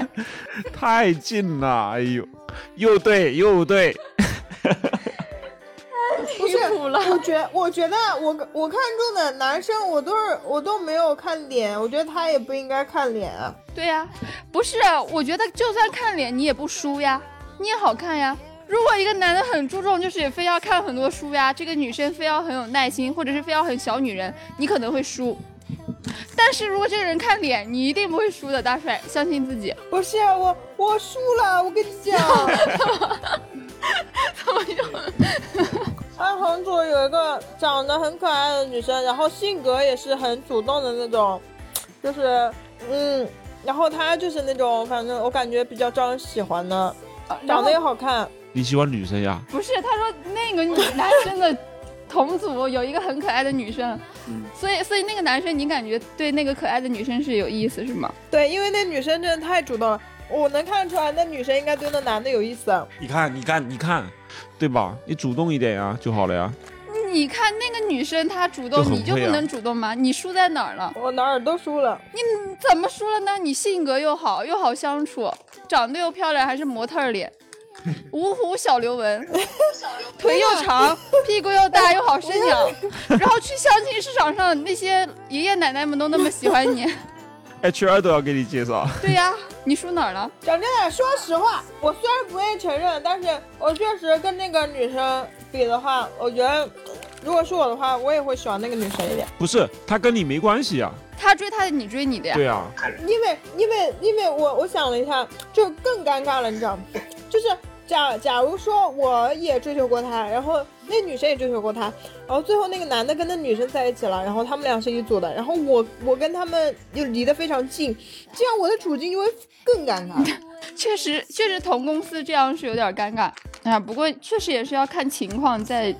Speaker 2: 太近了，哎呦，又对又对，
Speaker 3: 不是
Speaker 1: 离谱了，
Speaker 3: 我觉我觉得我我看中的男生，我都是我都没有看脸，我觉得他也不应该看脸啊。
Speaker 1: 对呀、不是，我觉得就算看脸，你也不输呀，你也好看呀。如果一个男的很注重，就是非要看很多书呀，这个女生非要很有耐心，或者是非要很小女人，你可能会输。但是如果这个人看脸，你一定不会输的，大帅，相信自己。
Speaker 3: 不是啊我，我输了，我跟你讲。安恒组有一个长得很可爱的女生，然后性格也是很主动的那种，就是嗯，然后她就是那种，反正我感觉比较招人喜欢的，长得也好看。
Speaker 2: 你喜欢女生呀？
Speaker 1: 不是，他说那个女男生的同组有一个很可爱的女生，
Speaker 3: 嗯
Speaker 1: 所以所以那个男生你感觉对那个可爱的女生是有意思是吗？
Speaker 3: 对，因为那女生真的太主动了，我能看出来那女生应该对那男的有意思。
Speaker 2: 你看你看你看，对吧？你主动一点呀就好了呀。
Speaker 1: 你看那个女生她主动，
Speaker 2: 就很
Speaker 1: 你就
Speaker 2: 会
Speaker 1: 不
Speaker 2: 啊
Speaker 1: 能主动吗？你输在哪儿了？
Speaker 3: 我哪儿都输了，
Speaker 1: 怎么说了呢？你性格又好，又好相处，长得又漂亮，还是模特儿脸，五虎小刘雯，腿又长，屁股又大，又好生养。然后去相亲市场上，那些爷爷奶奶们都那么喜欢你。
Speaker 2: HR 都要给你介绍，
Speaker 1: 对呀、你输哪儿了？
Speaker 3: 讲真的，说实话，我虽然不愿意承认，但是我确实跟那个女生比的话，我觉得如果是我的话，我也会喜欢那个女生一点，
Speaker 2: 不是他跟你没关系呀。
Speaker 1: 他追他的，你追你的呀。
Speaker 2: 对
Speaker 3: 啊
Speaker 2: 呀，
Speaker 3: 因为因为因为我我想了一下，就更尴尬了，你知道吗？就是假假如说我也追求过他，然后那女生也追求过他，然后最后那个男的跟那女生在一起了，然后他们俩是一组的，然后我我跟他们又离得非常近，这样我的处境就会更尴尬。
Speaker 1: 确实，确实同公司这样是有点尴尬啊。不过确实也是要看情况再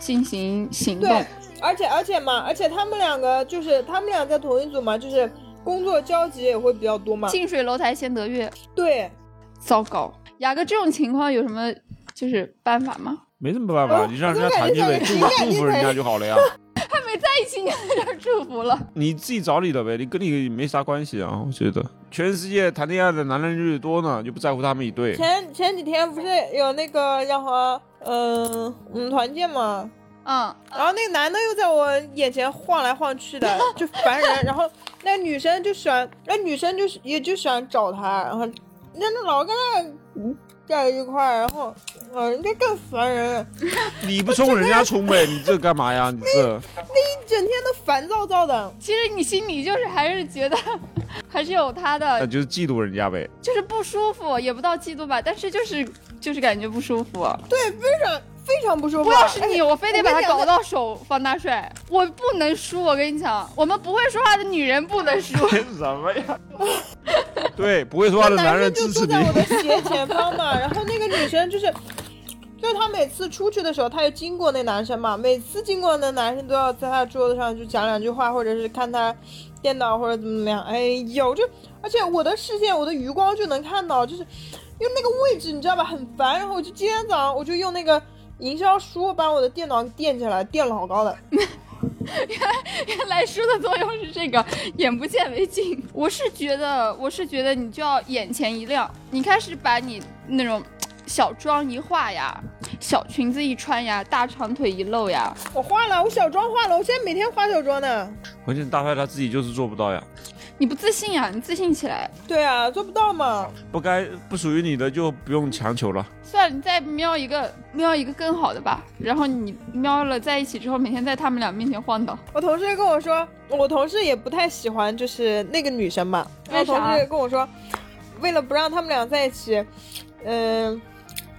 Speaker 1: 进行行动
Speaker 3: 对。，而且而且嘛，而且他们两个就是他们俩在同一组嘛，就是工作交集也会比较多嘛。
Speaker 1: 近水楼台先得月，
Speaker 3: 对，
Speaker 1: 糟糕！雅哥，这种情况有什么就是办法吗？
Speaker 2: 没什么办法，
Speaker 3: 哦
Speaker 2: 你让人家谈去呗，祝
Speaker 3: 我怎么感觉
Speaker 2: 祝福人家就好了呀。 *laughs*
Speaker 1: 在一起你在这儿祝福了，
Speaker 2: 你自己找你的呗，你跟你没啥关系啊。我觉得全世界谈恋爱的男人越多呢，就不在乎他们一对。
Speaker 3: 前前几天不是有那个叫什么，嗯、嗯，团建嘛，
Speaker 1: 嗯，
Speaker 3: 然后那个男的又在我眼前晃来晃去的，就烦人。然后那女生就喜欢，那女生就是也就喜欢找他，然后那那老跟他在一块儿，然后，嗯、人家更烦人，
Speaker 2: 你不冲人家冲呗，你这干嘛呀？你这
Speaker 3: 一整天都烦躁躁的。
Speaker 1: 其实你心里就是还是觉得还是有他
Speaker 2: 那
Speaker 1: 的，
Speaker 2: 就是嫉妒人家呗。
Speaker 1: 就是不舒服，也不到嫉妒吧，但是就是就是感觉不舒服。
Speaker 3: 对，非常非常不舒服。
Speaker 1: 我要是
Speaker 3: 而且
Speaker 1: 你，我非得把
Speaker 3: 我跟
Speaker 1: 他
Speaker 3: 你讲
Speaker 1: 搞到手，方大帅，我不能输。我跟你讲，我们不会说话的女人不能输。
Speaker 2: 什么呀？ *laughs* 对，不会说话的男人
Speaker 3: 就
Speaker 2: 支持
Speaker 3: 坐
Speaker 2: 你
Speaker 3: 在。我的斜前方嘛，然后那个女生就是，就是她每次出去的时候，她就经过那男生嘛，每次经过那男生都要在他桌子上就讲两句话，或者是看他电脑或者怎么怎么样。哎呦，就而且我的视线，我的余光就能看到，就是因为那个位置你知道吧，很烦。然后我就今天早上我就用那个营销书把我的电脑垫起来，垫了好高的。
Speaker 1: 原来书的作用是这个，眼不见为净。我是觉得，我是觉得你就要眼前一亮，你开始把你那种小妆一化呀，小裙子一穿呀，大长腿一露呀，
Speaker 3: 我化了，我小妆化了，我现在每天化小妆呢。
Speaker 2: 关键大帅他自己就是做不到呀，
Speaker 1: 你不自信呀，你自信起来。
Speaker 3: 对啊，做不到嘛。
Speaker 2: 不该不属于你的就不用强求了。
Speaker 1: 算了，你再瞄一个，瞄一个更好的吧。然后你瞄了在一起之后，每天在他们俩面前晃荡。 *laughs*
Speaker 3: 我同事跟我说，我同事也不太喜欢就是那个女生嘛。
Speaker 1: 为
Speaker 3: 我
Speaker 1: 啥
Speaker 3: 同事跟我说，为了不让他们俩在一起，嗯、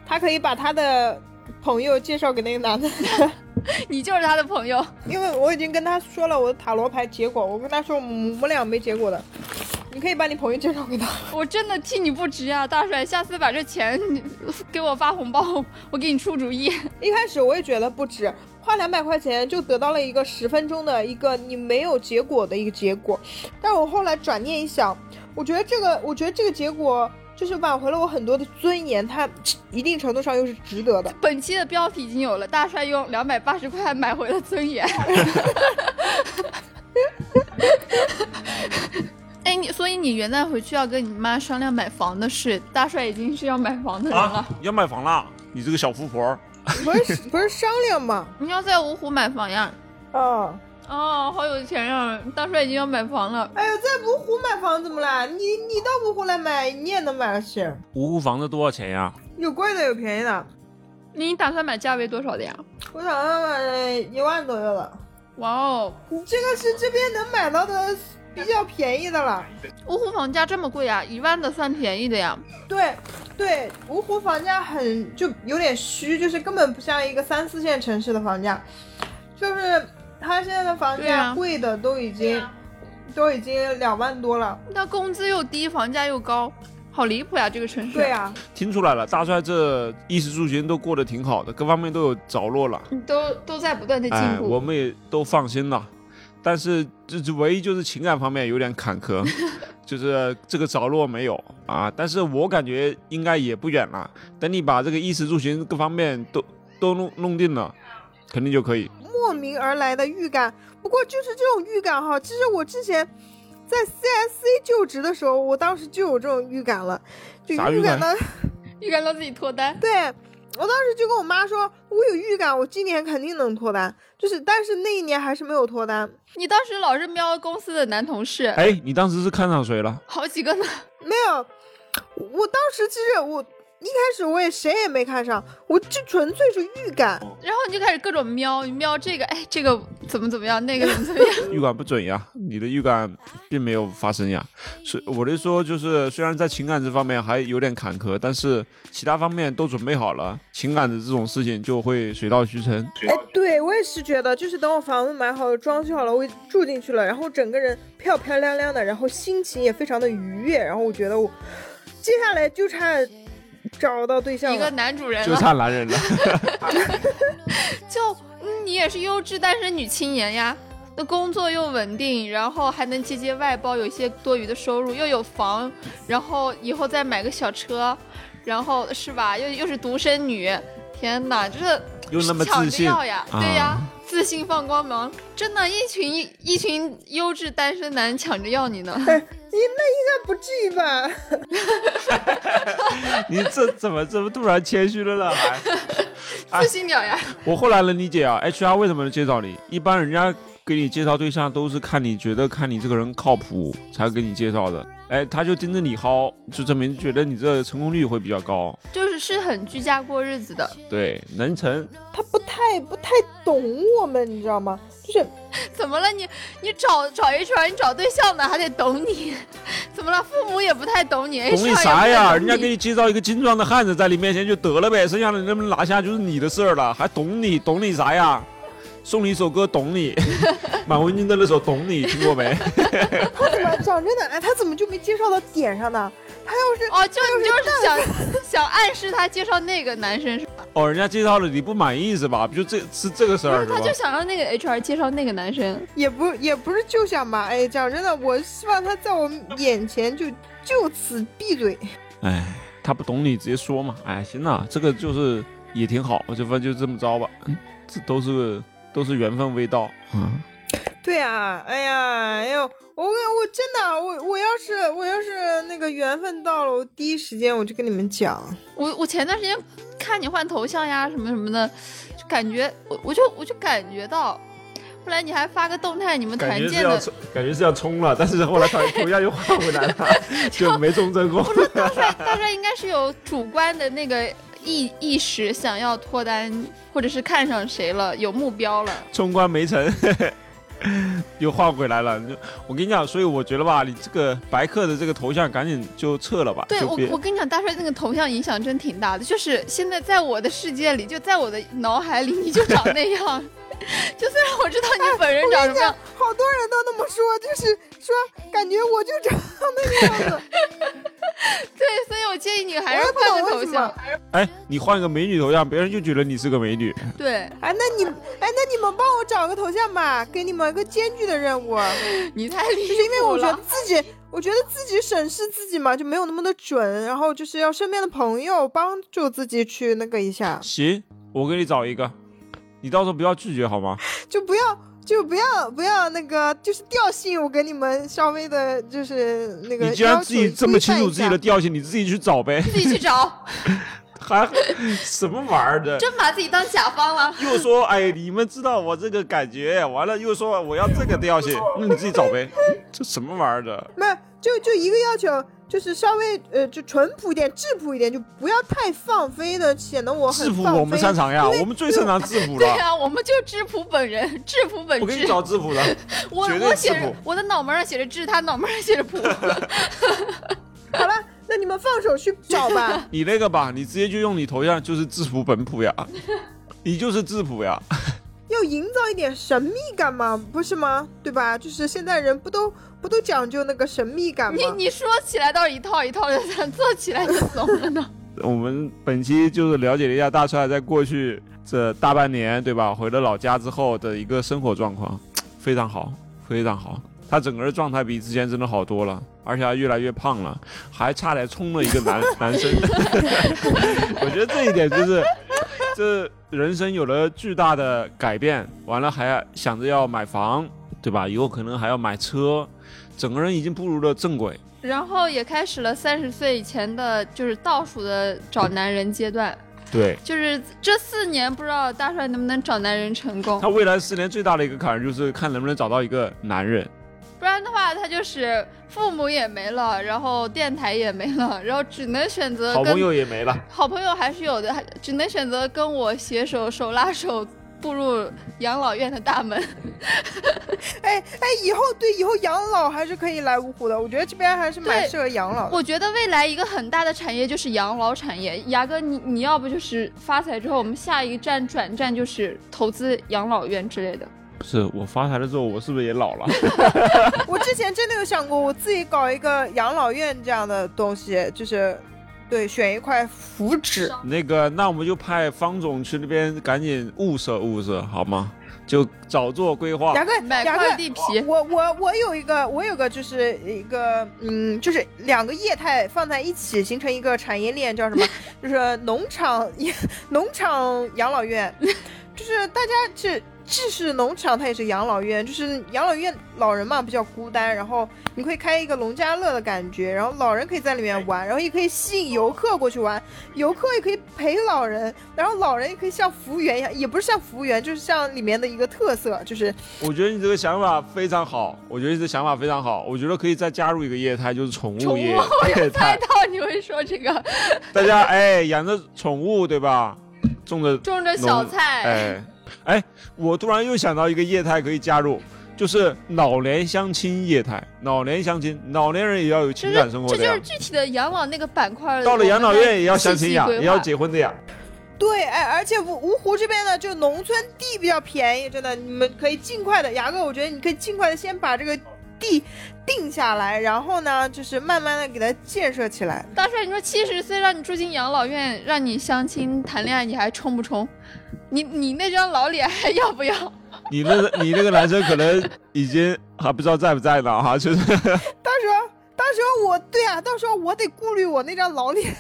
Speaker 3: 他可以把他的朋友介绍给那个男的， *laughs*
Speaker 1: 你就是他的朋友，
Speaker 3: 因为我已经跟他说了我的塔罗牌结果，我跟他说我们我们俩没结果的，你可以把你朋友介绍给他。
Speaker 1: 我真的替你不值啊，大帅。下次把这钱你给我发红包，我给你出主意。 *laughs*
Speaker 3: 一开始我也觉得不值，花两百块钱就得到了一个十分钟的一个你没有结果的一个结果，但是我后来转念一想，我觉得这个，我觉得这个结果就是挽回了我很多的尊严，它一定程度上又是值得的。
Speaker 1: 本期的标题已经有了，大帅用两百八十块买回了尊严。 *laughs* 哎，你所以你元旦回去要跟你妈商量买房的事，大帅已经是要买房的人了。 *laughs*
Speaker 2: 啊，要买房啦！你这个小富婆，
Speaker 3: 不是不是商量嘛？
Speaker 1: 你要在芜湖买房呀？
Speaker 3: 啊，
Speaker 1: 哦，好有钱呀！大帅已经要买房了。
Speaker 3: 哎呦，在芜湖买房怎么啦？你你到芜湖来买，你也能买得起，
Speaker 2: 芜湖房子多少钱呀？
Speaker 3: 有贵的有便宜的，
Speaker 1: 你打算买价位多少的呀？
Speaker 3: 我打算买一万左右的。
Speaker 1: 哇哦，
Speaker 3: 你这个是这边能买到的比较便宜的了。
Speaker 1: 芜湖房价这么贵呀？啊一万的算便宜的呀？
Speaker 3: 对对，芜湖房价很就有点虚，就是根本不像一个三四线城市的房价，就是它现在的房
Speaker 1: 对啊
Speaker 3: 价贵的都已经、都已经两万多了。
Speaker 1: 那工资又低，房价又高，好离谱呀！这个城市。
Speaker 3: 对啊，
Speaker 2: 听出来了，大帅这衣食住行都过得挺好的，各方面都有着落了，
Speaker 1: 都都在不断的进
Speaker 2: 哎，
Speaker 1: 步。
Speaker 2: 我们也都放心了。但是这这唯一就是情感方面有点
Speaker 1: *laughs*
Speaker 2: 坎坷，就是这个着落没有啊。但是我感觉应该也不远了，等你把这个衣食住行各方面都都弄弄定了，肯定就可以。
Speaker 3: 莫名而来的预感。不过就是这种预感哈，其实我之前在 CSC 就职的时候，我当时就有这种预感了，就
Speaker 2: 啥预
Speaker 3: 预感
Speaker 2: 感
Speaker 3: 到
Speaker 1: 预感到自己脱单，
Speaker 3: 对，我当时就跟我妈说，我有预感，我今年肯定能脱单，就是但是那一年还是没有脱单。
Speaker 1: 你当时老是瞄公司的男同事，
Speaker 2: 哎，你当时是看上谁了？
Speaker 1: 好几个呢。
Speaker 3: 没有，我当时其实我一开始我也谁也没看上，我就纯粹是预感。
Speaker 1: 然后你就开始各种瞄，你瞄这个，哎，这个怎么怎么样，那个怎么怎么
Speaker 3: *laughs*
Speaker 1: 样。
Speaker 2: 预感不准呀，你的预感并没有发生呀。所以我的说就是，虽然在情感这方面还有点坎坷，但是其他方面都准备好了，情感的这种事情就会水到渠成。
Speaker 3: 哎，对我也是觉得，就是等我房子买好了、装修好了，我住进去了，然后整个人漂漂亮亮的，然后心情也非常的愉悦，然后我觉得我接下来就差找到对象
Speaker 1: 一个
Speaker 3: 了。
Speaker 1: 男主人
Speaker 2: 就
Speaker 1: 了，
Speaker 2: 差男
Speaker 1: *laughs*
Speaker 2: 人了，
Speaker 1: 就、嗯、你也是优质单身女青年呀。那工作又稳定，然后还能接接外包，有一些多余的收入，又有房，然后以后再买个小车，然后是吧？又又是独生女，天哪，这
Speaker 2: 又那么
Speaker 1: 抢
Speaker 2: 自
Speaker 1: 着
Speaker 2: 信，
Speaker 1: 要呀，
Speaker 2: 啊
Speaker 1: 对呀，自信放光芒，真的，一群一群优质单身男抢着要你呢。
Speaker 3: 你那应该不至于吧？
Speaker 2: 你这怎么这么突然谦虚了呢？还哎
Speaker 1: 自信点呀！
Speaker 2: 我后来能理解啊，HR 为什么能介绍你？一般人家给你介绍对象都是看你觉得看你这个人靠谱才给你介绍的，哎，他就盯着你薅，就证明觉得你这成功率会比较高。
Speaker 1: 就是是很居家过日子的，
Speaker 2: 对，能成。
Speaker 3: 他不太不太懂我们，你知道吗？就是
Speaker 1: 怎么了你？你找找 HR，你找对象呢还得懂你， *laughs* 怎么了？父母也不太懂你，
Speaker 2: 懂
Speaker 1: HR
Speaker 2: 你
Speaker 1: 也不
Speaker 2: 啥
Speaker 1: 太
Speaker 2: 呀？
Speaker 1: 懂
Speaker 2: 人家给你介绍一个精壮的汉子在你面前就得了呗，剩下的你能不能拿下就是你的事儿了，还懂你懂你啥呀？送你一首歌《
Speaker 1: *laughs*
Speaker 2: 懂你》，满文军的那首《懂你》听过没？
Speaker 3: 怎么讲真的，哎，他怎么就没介绍到点上呢？他要是
Speaker 1: 哦，就你就是想想暗示他介绍那个男生是吧？
Speaker 2: 哦，人家介绍了你不满意是吧？不就这是这个事
Speaker 1: 不
Speaker 2: 儿
Speaker 1: 是，
Speaker 2: 是吧
Speaker 1: 他？就想让那个 HR 介绍那个男生。
Speaker 3: 也不也不是就想吧，哎，讲真的，我希望他在我眼前就就此闭嘴。
Speaker 2: 哎，他不懂你直接说嘛。哎，行了，这个就是也挺好，我就反正就这么着吧。嗯这都是都是缘分未到啊、
Speaker 3: 对啊，哎呀，哎呦，我跟我真的，啊我我要是我要是那个缘分到了，我第一时间我就跟你们讲。
Speaker 1: 我我前段时间看你换头像呀什么什么的，就感觉我我就我就感觉到，后来你还发个动态，你们团
Speaker 2: 感觉是
Speaker 1: 建
Speaker 2: 要
Speaker 1: 的，
Speaker 2: 冲，感觉是要冲了，但是后来头头像又换回
Speaker 1: *laughs*
Speaker 2: 来了，就没忠贞过。
Speaker 1: 大帅大帅应该是有主观的那个意意识，想要脱单或者是看上谁了，有目标了。
Speaker 2: 冲关没成， *laughs* 又换回来了。你就我跟你讲，所以我觉得吧，你这个白客的这个头像赶紧就撤了吧，
Speaker 1: 对
Speaker 2: 就
Speaker 1: 我
Speaker 2: 别，
Speaker 1: 我跟你讲，大帅那个头像影响真挺大的，就是现在在我的世界里，就在我的脑海里，你就长那样。 *laughs* 就虽然我知道
Speaker 3: 哎
Speaker 1: 你本人长什么样，
Speaker 3: 好多人都那么说，就是说感觉我就长那个样子，
Speaker 1: 对，所以我建议你 *laughs* 还是
Speaker 3: 我也不懂
Speaker 1: 换个头
Speaker 3: 为什么
Speaker 1: 像。
Speaker 2: 哎，你换个美女头像，别人就觉得你是个美女。
Speaker 1: 对，
Speaker 3: 哎，那你哎，那你们帮我找个头像吧，给你们一个艰巨的任务，
Speaker 1: 你太离
Speaker 3: 就是因为
Speaker 1: 谱
Speaker 3: 我觉
Speaker 1: 了
Speaker 3: 得自己，我觉得自己审视自己嘛，就没有那么的准，然后就是要身边的朋友帮助自己去那个一下，
Speaker 2: 行，我给你找一个，你到时候不要拒绝好吗？
Speaker 3: 就不要。就不要不要那个，就是调性，我给你们稍微的，就是那个
Speaker 2: 你既然
Speaker 3: 要
Speaker 2: 自己
Speaker 3: 求
Speaker 2: 这么
Speaker 3: 规
Speaker 2: 清
Speaker 3: 范
Speaker 2: 楚
Speaker 3: 一
Speaker 2: 自己
Speaker 3: 下
Speaker 2: 的调性，你自己去找呗，
Speaker 1: 自己去找，
Speaker 2: *laughs* 还什么玩意儿的？
Speaker 1: 真把自己当甲方了。
Speaker 2: 又说哎，你们知道我这个感觉，完了又说我要这个调
Speaker 3: *laughs*
Speaker 2: 性，那你自己找呗，这什么玩意儿的？
Speaker 3: 没有，就就一个要求，就是稍微呃，就淳朴一点、质朴一点，就不要太放飞的，显得我很
Speaker 2: 制服
Speaker 3: 放
Speaker 2: 我们
Speaker 3: 飞
Speaker 2: 擅长呀，
Speaker 3: 因为啊
Speaker 2: 我们最擅长制服
Speaker 1: 对
Speaker 2: 了。
Speaker 1: 呀、我们就质朴本人，质朴本
Speaker 2: 我给你
Speaker 1: 质。
Speaker 2: 找制服的，
Speaker 1: 我
Speaker 2: 绝对
Speaker 1: 我写
Speaker 2: 质
Speaker 1: 着
Speaker 2: 朴。
Speaker 1: 我的脑门上写着质，他脑门上写着
Speaker 3: *laughs*
Speaker 1: 朴。
Speaker 3: 好了，那你们放手去找吧
Speaker 2: *laughs* 你那个吧，你直接就用你头像就是制服本 *laughs* 普呀，你就是质朴呀。
Speaker 3: 要营造一点神秘感嘛，不是吗？对吧？就是现在人不都不都讲究那个神秘感吗
Speaker 1: 你？你说起来倒是一套一套的，咱做起来就怂了呢。
Speaker 2: 我们本期就是了解了一下大帅在过去这大半年，对吧？回了老家之后的一个生活状况，非常好，非常好。他整个人状态比之前真的好多了，而且还越来越胖了，还差点冲了一个男 *laughs* 男生。我觉得这一点就是，这人生有了巨大的改变，完了还想着要买房，对吧？以后可能还要买车，整个人已经步入了正轨。
Speaker 1: 然后也开始了三十岁以前的，就是倒数的找男人阶段。
Speaker 2: 对，
Speaker 1: 就是这四年，不知道大帅能不能找男人成功
Speaker 2: 他。未来四年最大的一个坎儿就是看能不能找到一个男人。
Speaker 1: 不然的话，他就是父母也没了，然后电台也没了，然后只能选择
Speaker 2: 好
Speaker 1: 呃跟
Speaker 2: 朋友也没了，
Speaker 1: 好朋友还是有的，还只能选择跟我携手手拉手步入养老院的大门。
Speaker 3: 哎哎，以后对以后养老还是可以来芜湖的，我觉得这边还是蛮
Speaker 1: 对
Speaker 3: 适合养
Speaker 1: *laughs*
Speaker 3: 老的。
Speaker 1: 我觉得未来一个很大的产业就是养老产业。牙哥，你你要不就是发财之后，我们下一站转站就是投资养老院之类的。
Speaker 2: 不 *laughs* 是我发财了之后，我是不是也老了？
Speaker 3: 我之前真的有想过，我自己搞一个养老院这样的东西，就是对，选一块福
Speaker 2: *laughs*
Speaker 3: 祉。
Speaker 1: 哦
Speaker 2: 那个，那我们就派方总去那边赶紧物色物色，好吗？就早做规划。
Speaker 3: 牙哥，
Speaker 1: *laughs* 买
Speaker 3: 牙
Speaker 1: 块
Speaker 3: 哥，
Speaker 1: 地皮
Speaker 3: 我我我有一个，我有个就是一个，嗯，就是两个业态放在一起形成一个产业链，叫什么？就是农场 *laughs* 农场养老院，就是大家是既是农场，它也是养老院，就是养老院老人嘛比较孤单，然后你可以开一个农家乐的感觉，然后老人可以在里面玩，然后也可以吸引游客过去玩，游客也可以陪老人，然后老人也可以像服务员一样，也不是像服务员，就是像里面的一个特色，就是。
Speaker 2: 我觉得你这个想法非常好，我觉得你这想法非常好，我觉得可以再加入一个业态，就是宠
Speaker 1: 宠
Speaker 2: 物
Speaker 1: 物，
Speaker 2: 业
Speaker 1: *laughs* 我
Speaker 2: 业
Speaker 1: 有猜
Speaker 2: 态。
Speaker 1: 到你会说这个，
Speaker 2: 大家哎，养着宠物对吧？种着
Speaker 1: 种着小菜，
Speaker 2: 哎哎，我突然又想到一个业态可以加入，就是老年相亲业态。老年相亲，老年人也要有
Speaker 1: 这
Speaker 2: 情感
Speaker 1: 是
Speaker 2: 生活
Speaker 1: 这
Speaker 2: 的
Speaker 1: 就
Speaker 2: 呀
Speaker 1: 是。具体的养老那个板块。
Speaker 2: 到了养老院也要相亲呀
Speaker 1: 我，们再细细
Speaker 2: 也
Speaker 1: 规划
Speaker 2: 要结婚的呀。
Speaker 3: 对，哎，而且芜芜湖这边呢，就农村地比较便宜，真的，你们可以尽快的，牙哥，我觉得你可以尽快的先把这个地定下来，然后呢，就是慢慢的给它建设起来。
Speaker 1: 大帅，你说七十岁让你住进养老院，让你相亲谈恋爱，你还冲不冲？你你那张老脸还要不要？
Speaker 2: 你那个 *laughs* 你那个男生可能已经还不知道在不在呢哈， *laughs* 就是
Speaker 3: 到时候，到时候我，对啊，到时候我得顾虑我那张老脸，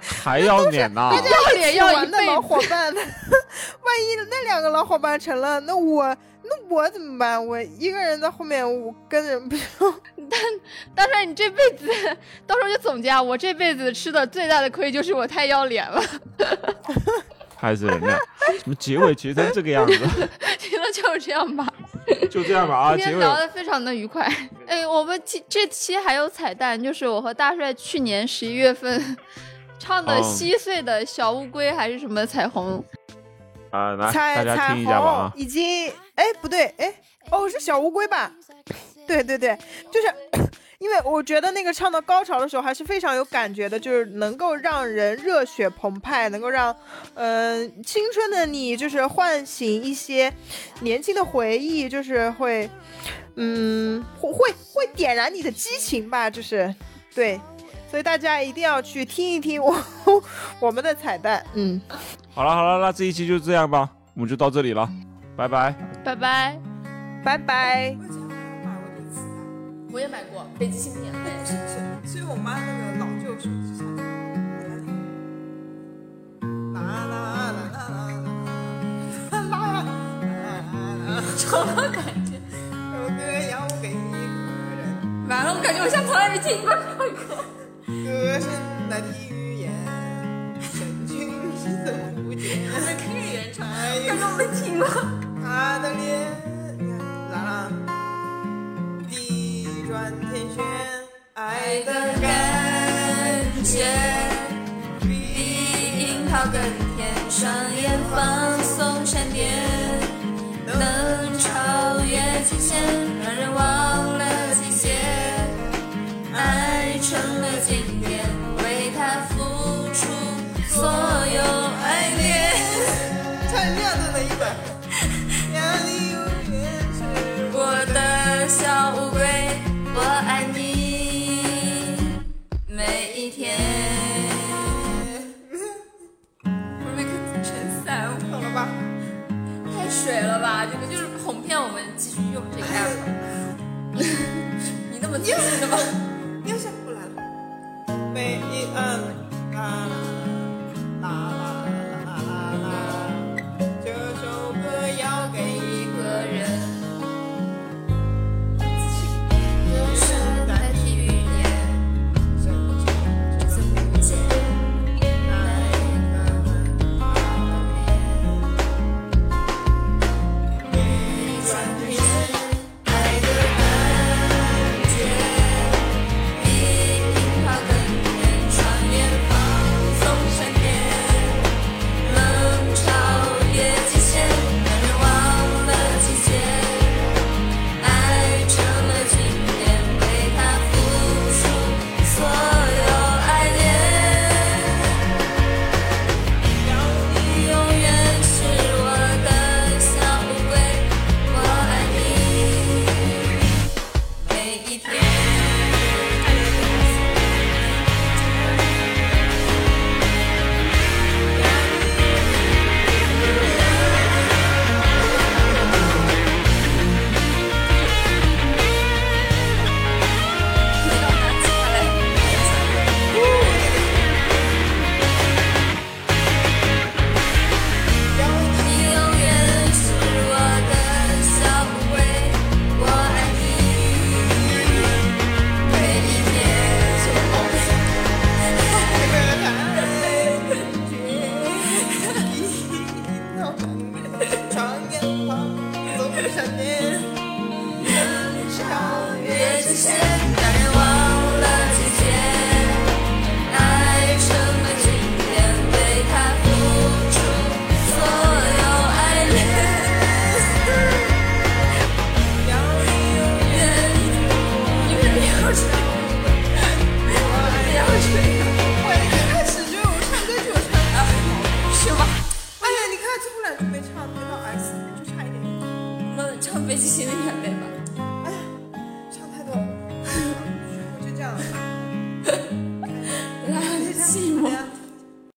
Speaker 2: 还要脸
Speaker 1: *laughs*
Speaker 2: 呐。
Speaker 1: 要脸要一
Speaker 3: 玩的 *laughs*
Speaker 1: 辈
Speaker 3: 老
Speaker 1: 子
Speaker 3: 伙伴，万一那两个老伙伴成了，那我那我怎么办？我一个人在后面，我跟着不是
Speaker 1: 大帅，你这辈子到时候就总结啊，我这辈子吃的最大的亏就是我太要脸了， *laughs*
Speaker 2: 害死人了！怎么结尾结成这个样子？ *laughs*
Speaker 1: 行了，就是这样吧。
Speaker 2: 就这样吧啊，
Speaker 1: *laughs* 今
Speaker 2: 结
Speaker 1: 天
Speaker 2: 尾
Speaker 1: 聊得非常的愉快。哎，我们这这期还有彩蛋，就是我和大帅去年十一月份唱的
Speaker 2: 哦
Speaker 1: 稀碎的小乌龟还是什么彩虹，
Speaker 2: 啊，
Speaker 3: *laughs*
Speaker 2: 来大
Speaker 3: 彩
Speaker 2: 家
Speaker 3: 彩
Speaker 2: 听一下吧
Speaker 3: 虹
Speaker 2: 啊，
Speaker 3: 已经哎不对哎哦是小乌龟吧？对对对，就是 *coughs* 因为我觉得那个唱到高潮的时候还是非常有感觉的，就是能够让人热血澎湃，能够让嗯、呃青春的你就是唤醒一些年轻的回忆，就是会嗯会会会点燃你的激情吧，就是对。所以大家一定要去听一听我 *laughs* 我们的彩蛋，嗯，
Speaker 2: 好了好了，那这一期就这样吧，我们就到这里了，拜拜。
Speaker 1: 拜拜。
Speaker 3: 拜拜。
Speaker 1: 我也买过北极星年。
Speaker 3: 是因为我妈那个老旧手机产品。啦啦啦啦啦啦啦啦啦啦！什么感觉？首歌要给一个人，
Speaker 1: 完了，我感觉我像从来没听过这首歌。
Speaker 3: 歌声的语言，神君是无解。可以原唱，但是我没听过。他的脸，啦啦，地转天旋，爱的感觉。
Speaker 5: 比樱桃更甜，双眼放松闪电，能超越极限，让人忘了季节。爱成了经典，为它付出所有爱恋。
Speaker 3: 唱这样子的一本，让你永远是
Speaker 5: 我的小乌龟，我爱你，每一天。不是麦克撑伞，
Speaker 3: 懂了吧？
Speaker 5: 太水了吧？这个就是哄骗我们继续用这个 app。你那么自信的吗？
Speaker 3: 又想不来了。每一嗯啦啦啦啦啦啦啦，这首歌要给一
Speaker 5: 一
Speaker 3: 个
Speaker 5: 个
Speaker 3: 人。
Speaker 5: 人。歌声代替语言，怎么无解？能超越极限，让人忘了季节。爱成了经典，为它付出所有爱恋。让你永远是我的小乌龟，我爱你每一天。你永远是我的小乌龟，我爱你每一
Speaker 3: 哎
Speaker 5: 天。极限，让人忘了季节。爱成了经典，为它付出所有爱恋。要你永远，你为什么要这样？不要这样，
Speaker 3: 我一开始就有唱歌就有唱，
Speaker 5: 是吗？
Speaker 3: 哎呀，你看突然就没唱，没到 S，就差一点。
Speaker 5: 那唱北极星的眼泪吧。
Speaker 3: *laughs*